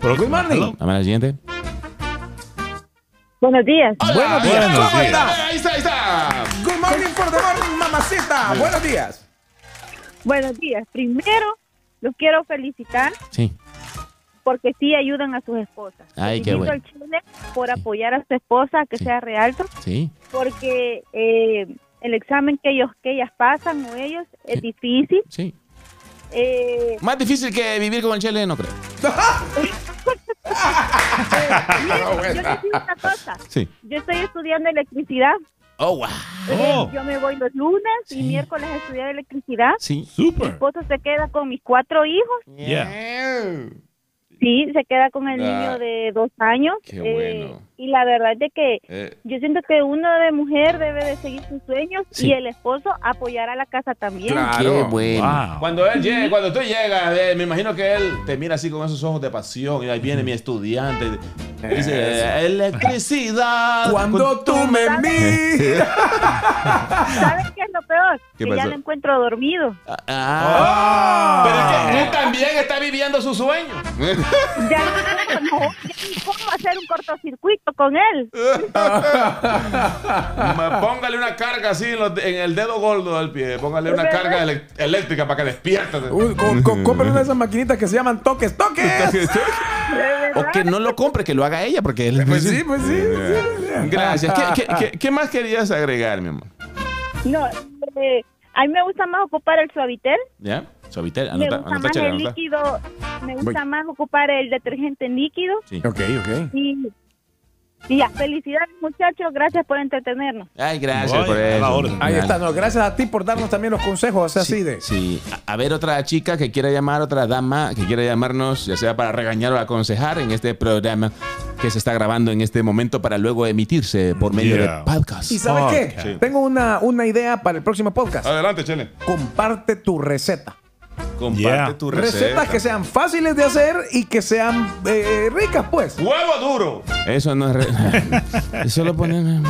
Speaker 10: Próximo.
Speaker 2: Good morning.
Speaker 10: Hello.
Speaker 1: Vamos a la siguiente.
Speaker 9: Buenos días.
Speaker 2: Buenos días.
Speaker 10: Buenos
Speaker 2: ¿Cómo
Speaker 10: días.
Speaker 2: está?
Speaker 1: Ahí está, ahí está.
Speaker 2: Good morning for the morning, mamacita. Buenos días.
Speaker 9: Buenos días. Primero, los quiero felicitar
Speaker 1: Sí.
Speaker 9: porque sí ayudan a sus esposas.
Speaker 1: Ay, qué
Speaker 9: Felicito
Speaker 1: bueno.
Speaker 9: al Chile por apoyar a su esposa a que
Speaker 1: Sí.
Speaker 9: sea realto,
Speaker 1: Sí.
Speaker 9: porque eh, el examen que ellos que ellas pasan o ellos es difícil.
Speaker 1: Sí.
Speaker 9: Eh,
Speaker 1: Más difícil que vivir con el chile, no creo.
Speaker 2: Ah,
Speaker 9: mira, yo les digo una cosa.
Speaker 1: Sí.
Speaker 9: Yo estoy estudiando electricidad.
Speaker 1: Oh, wow.
Speaker 10: Oh,
Speaker 9: Yo me voy los lunes
Speaker 1: Sí.
Speaker 9: y miércoles a estudiar electricidad.
Speaker 1: Sí.
Speaker 9: Mi
Speaker 10: super.
Speaker 9: esposo se queda con mis cuatro hijos.
Speaker 10: Yeah.
Speaker 9: Sí, se queda con el niño de dos años.
Speaker 1: Ah,
Speaker 9: eh,
Speaker 1: qué bueno.
Speaker 9: Y la verdad es de que
Speaker 1: Eh.
Speaker 9: yo siento que uno de mujer debe de seguir sus sueños
Speaker 1: Sí.
Speaker 9: y el esposo apoyar a la casa también.
Speaker 1: Qué
Speaker 2: Claro.
Speaker 1: bueno.
Speaker 10: Wow.
Speaker 3: Cuando él llegue, cuando tú llegas, eh, me imagino que él te mira así con esos ojos de pasión y ahí viene mi estudiante. y Dice, eh, electricidad.
Speaker 2: Cuando tú me miras.
Speaker 9: ¿Sabes qué es lo peor?
Speaker 1: ¿Qué
Speaker 9: que ya
Speaker 1: pasó?
Speaker 9: lo encuentro dormido.
Speaker 1: Ah,
Speaker 3: Pero es que él también está viviendo su sueño.
Speaker 9: Ya no, encuentro- no, ya ni cómo hacer un cortocircuito con él.
Speaker 3: Ma- Póngale una carga así en, los de- en el dedo gordo del pie. Póngale una carga elec- eléctrica para que despierte.
Speaker 2: Uy, co- co- Compren una de esas maquinitas que se llaman toques, toques.
Speaker 9: De verdad.
Speaker 1: o que no lo compre, que lo haga ella, porque él
Speaker 2: Pues sí, pues sí. sí, sí.
Speaker 1: Gracias. ¿Qué, qué, qué- qué más querías agregar, mi amor?
Speaker 9: No, eh, a mí me gusta más ocupar el suavitel.
Speaker 1: ¿Ya? Suavitel,
Speaker 9: me
Speaker 1: anota,
Speaker 9: gusta
Speaker 1: anota,
Speaker 9: más
Speaker 1: Chele,
Speaker 9: el
Speaker 1: anota.
Speaker 9: líquido. Me gusta más ocupar el detergente en líquido.
Speaker 2: Ok, ok.
Speaker 9: Y, y ya, felicidades muchachos, gracias por entretenernos.
Speaker 1: Ay, gracias
Speaker 10: Ay,
Speaker 1: por
Speaker 10: a la
Speaker 1: eso.
Speaker 10: orden.
Speaker 2: Ahí está, no, gracias a ti por darnos también los consejos así de.
Speaker 1: Sí, a, a ver otra chica que quiera llamar, otra dama que quiera llamarnos, ya sea para regañar o aconsejar en este programa que se está grabando en este momento para luego emitirse por medio
Speaker 10: Yeah.
Speaker 1: de podcast.
Speaker 2: ¿Y sabes qué?
Speaker 10: Podcast.
Speaker 2: Tengo una, una idea para el próximo podcast.
Speaker 3: Adelante, Chele.
Speaker 2: Comparte tu receta.
Speaker 3: Comparte
Speaker 10: Yeah.
Speaker 3: tu receta.
Speaker 2: Recetas que sean fáciles de hacer y que sean eh, ricas, pues.
Speaker 3: ¡Huevo duro!
Speaker 1: Eso no es... re- Solo ponen...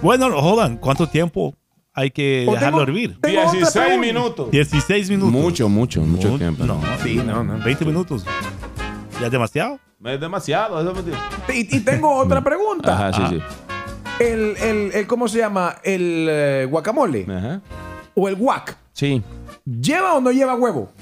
Speaker 10: Bueno, jodan, ¿cuánto tiempo hay que
Speaker 2: O
Speaker 10: dejarlo
Speaker 2: tengo-
Speaker 10: hervir?
Speaker 2: Tengo otra
Speaker 3: 16
Speaker 2: pregunta.
Speaker 3: minutos.
Speaker 10: 16 minutos.
Speaker 1: Mucho, mucho, mucho
Speaker 10: Un-
Speaker 1: tiempo.
Speaker 10: No,
Speaker 2: Sí, no, no.
Speaker 10: 20 minutos. ¿Ya es demasiado?
Speaker 3: Es demasiado. Eso me digo.
Speaker 2: Y, y tengo otra pregunta.
Speaker 1: Ajá, sí, sí.
Speaker 2: El, el- el- ¿Cómo se llama? El eh, guacamole
Speaker 1: Ajá.
Speaker 2: o el guac.
Speaker 1: Sí.
Speaker 2: ¿Lleva o no lleva huevo?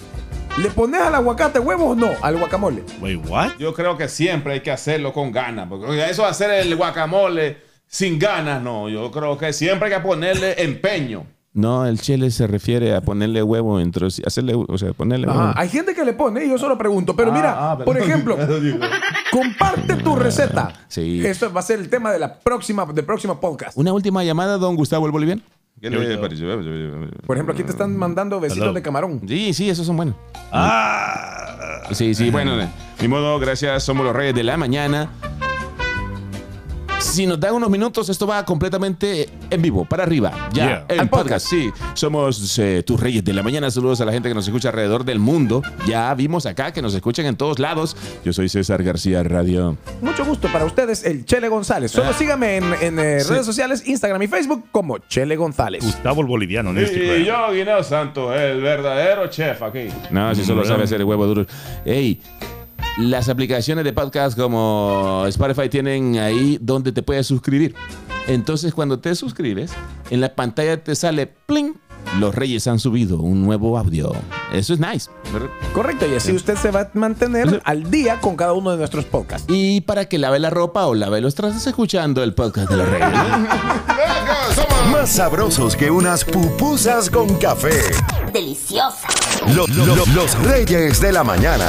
Speaker 2: ¿Le pones al aguacate huevo o no al guacamole?
Speaker 10: Wait, what?
Speaker 1: Mm.
Speaker 3: Yo creo que siempre hay que hacerlo con ganas. Porque eso de hacer el guacamole sin ganas, no. Yo creo que siempre hay que ponerle empeño.
Speaker 1: No, el chile se refiere a ponerle huevo, dentro, hacerle, o sea, ponerle
Speaker 2: Ajá,
Speaker 1: huevo.
Speaker 2: Hay gente que le pone y yo solo pregunto. Pero mira,
Speaker 3: Ah, ah,
Speaker 2: por
Speaker 3: perdón.
Speaker 2: ejemplo, comparte tu receta.
Speaker 1: Sí.
Speaker 2: Esto va a ser el tema de la próxima, del próximo podcast.
Speaker 1: Una última llamada, don Gustavo el Boliviano.
Speaker 3: ¿Qué le pareció?
Speaker 2: Por ejemplo, aquí te están mandando besitos
Speaker 10: Hello.
Speaker 2: de camarón.
Speaker 1: Sí, sí, esos son buenos.
Speaker 10: Ah,
Speaker 1: Sí, sí, bueno, ni modo, gracias, somos los reyes de la mañana. Si nos dan unos minutos, esto va completamente en vivo, para arriba, ya,
Speaker 10: Yeah.
Speaker 1: en
Speaker 2: Al
Speaker 1: podcast.
Speaker 2: podcast.
Speaker 1: Sí, somos eh, tus reyes de la mañana. Saludos a la gente que nos escucha alrededor del mundo. Ya vimos acá que nos escuchan en todos lados. Yo soy César García Radio.
Speaker 2: Mucho gusto para ustedes, el Chele González. Solo sígame en, en, eh,
Speaker 1: Sí.
Speaker 2: redes sociales, Instagram y Facebook como Chele González.
Speaker 10: Gustavo el boliviano en Instagram.
Speaker 3: Y yo, Guineo Santos, el verdadero chef aquí.
Speaker 1: No, si solo sabe hacer el huevo duro. Ey, las aplicaciones de podcast como Spotify tienen ahí donde te puedes suscribir. Entonces, cuando te suscribes, en la pantalla te sale pling. Los Reyes han subido un nuevo audio. Eso es nice. ¿verdad?
Speaker 2: Correcto, y así usted se va a mantener al día con cada uno de nuestros podcasts.
Speaker 1: Y para que lave la ropa o lave los trastes escuchando el podcast de los Reyes.
Speaker 4: Más sabrosos que unas pupusas con café.
Speaker 7: Deliciosa.
Speaker 4: Lo- lo- lo- los reyes de la mañana.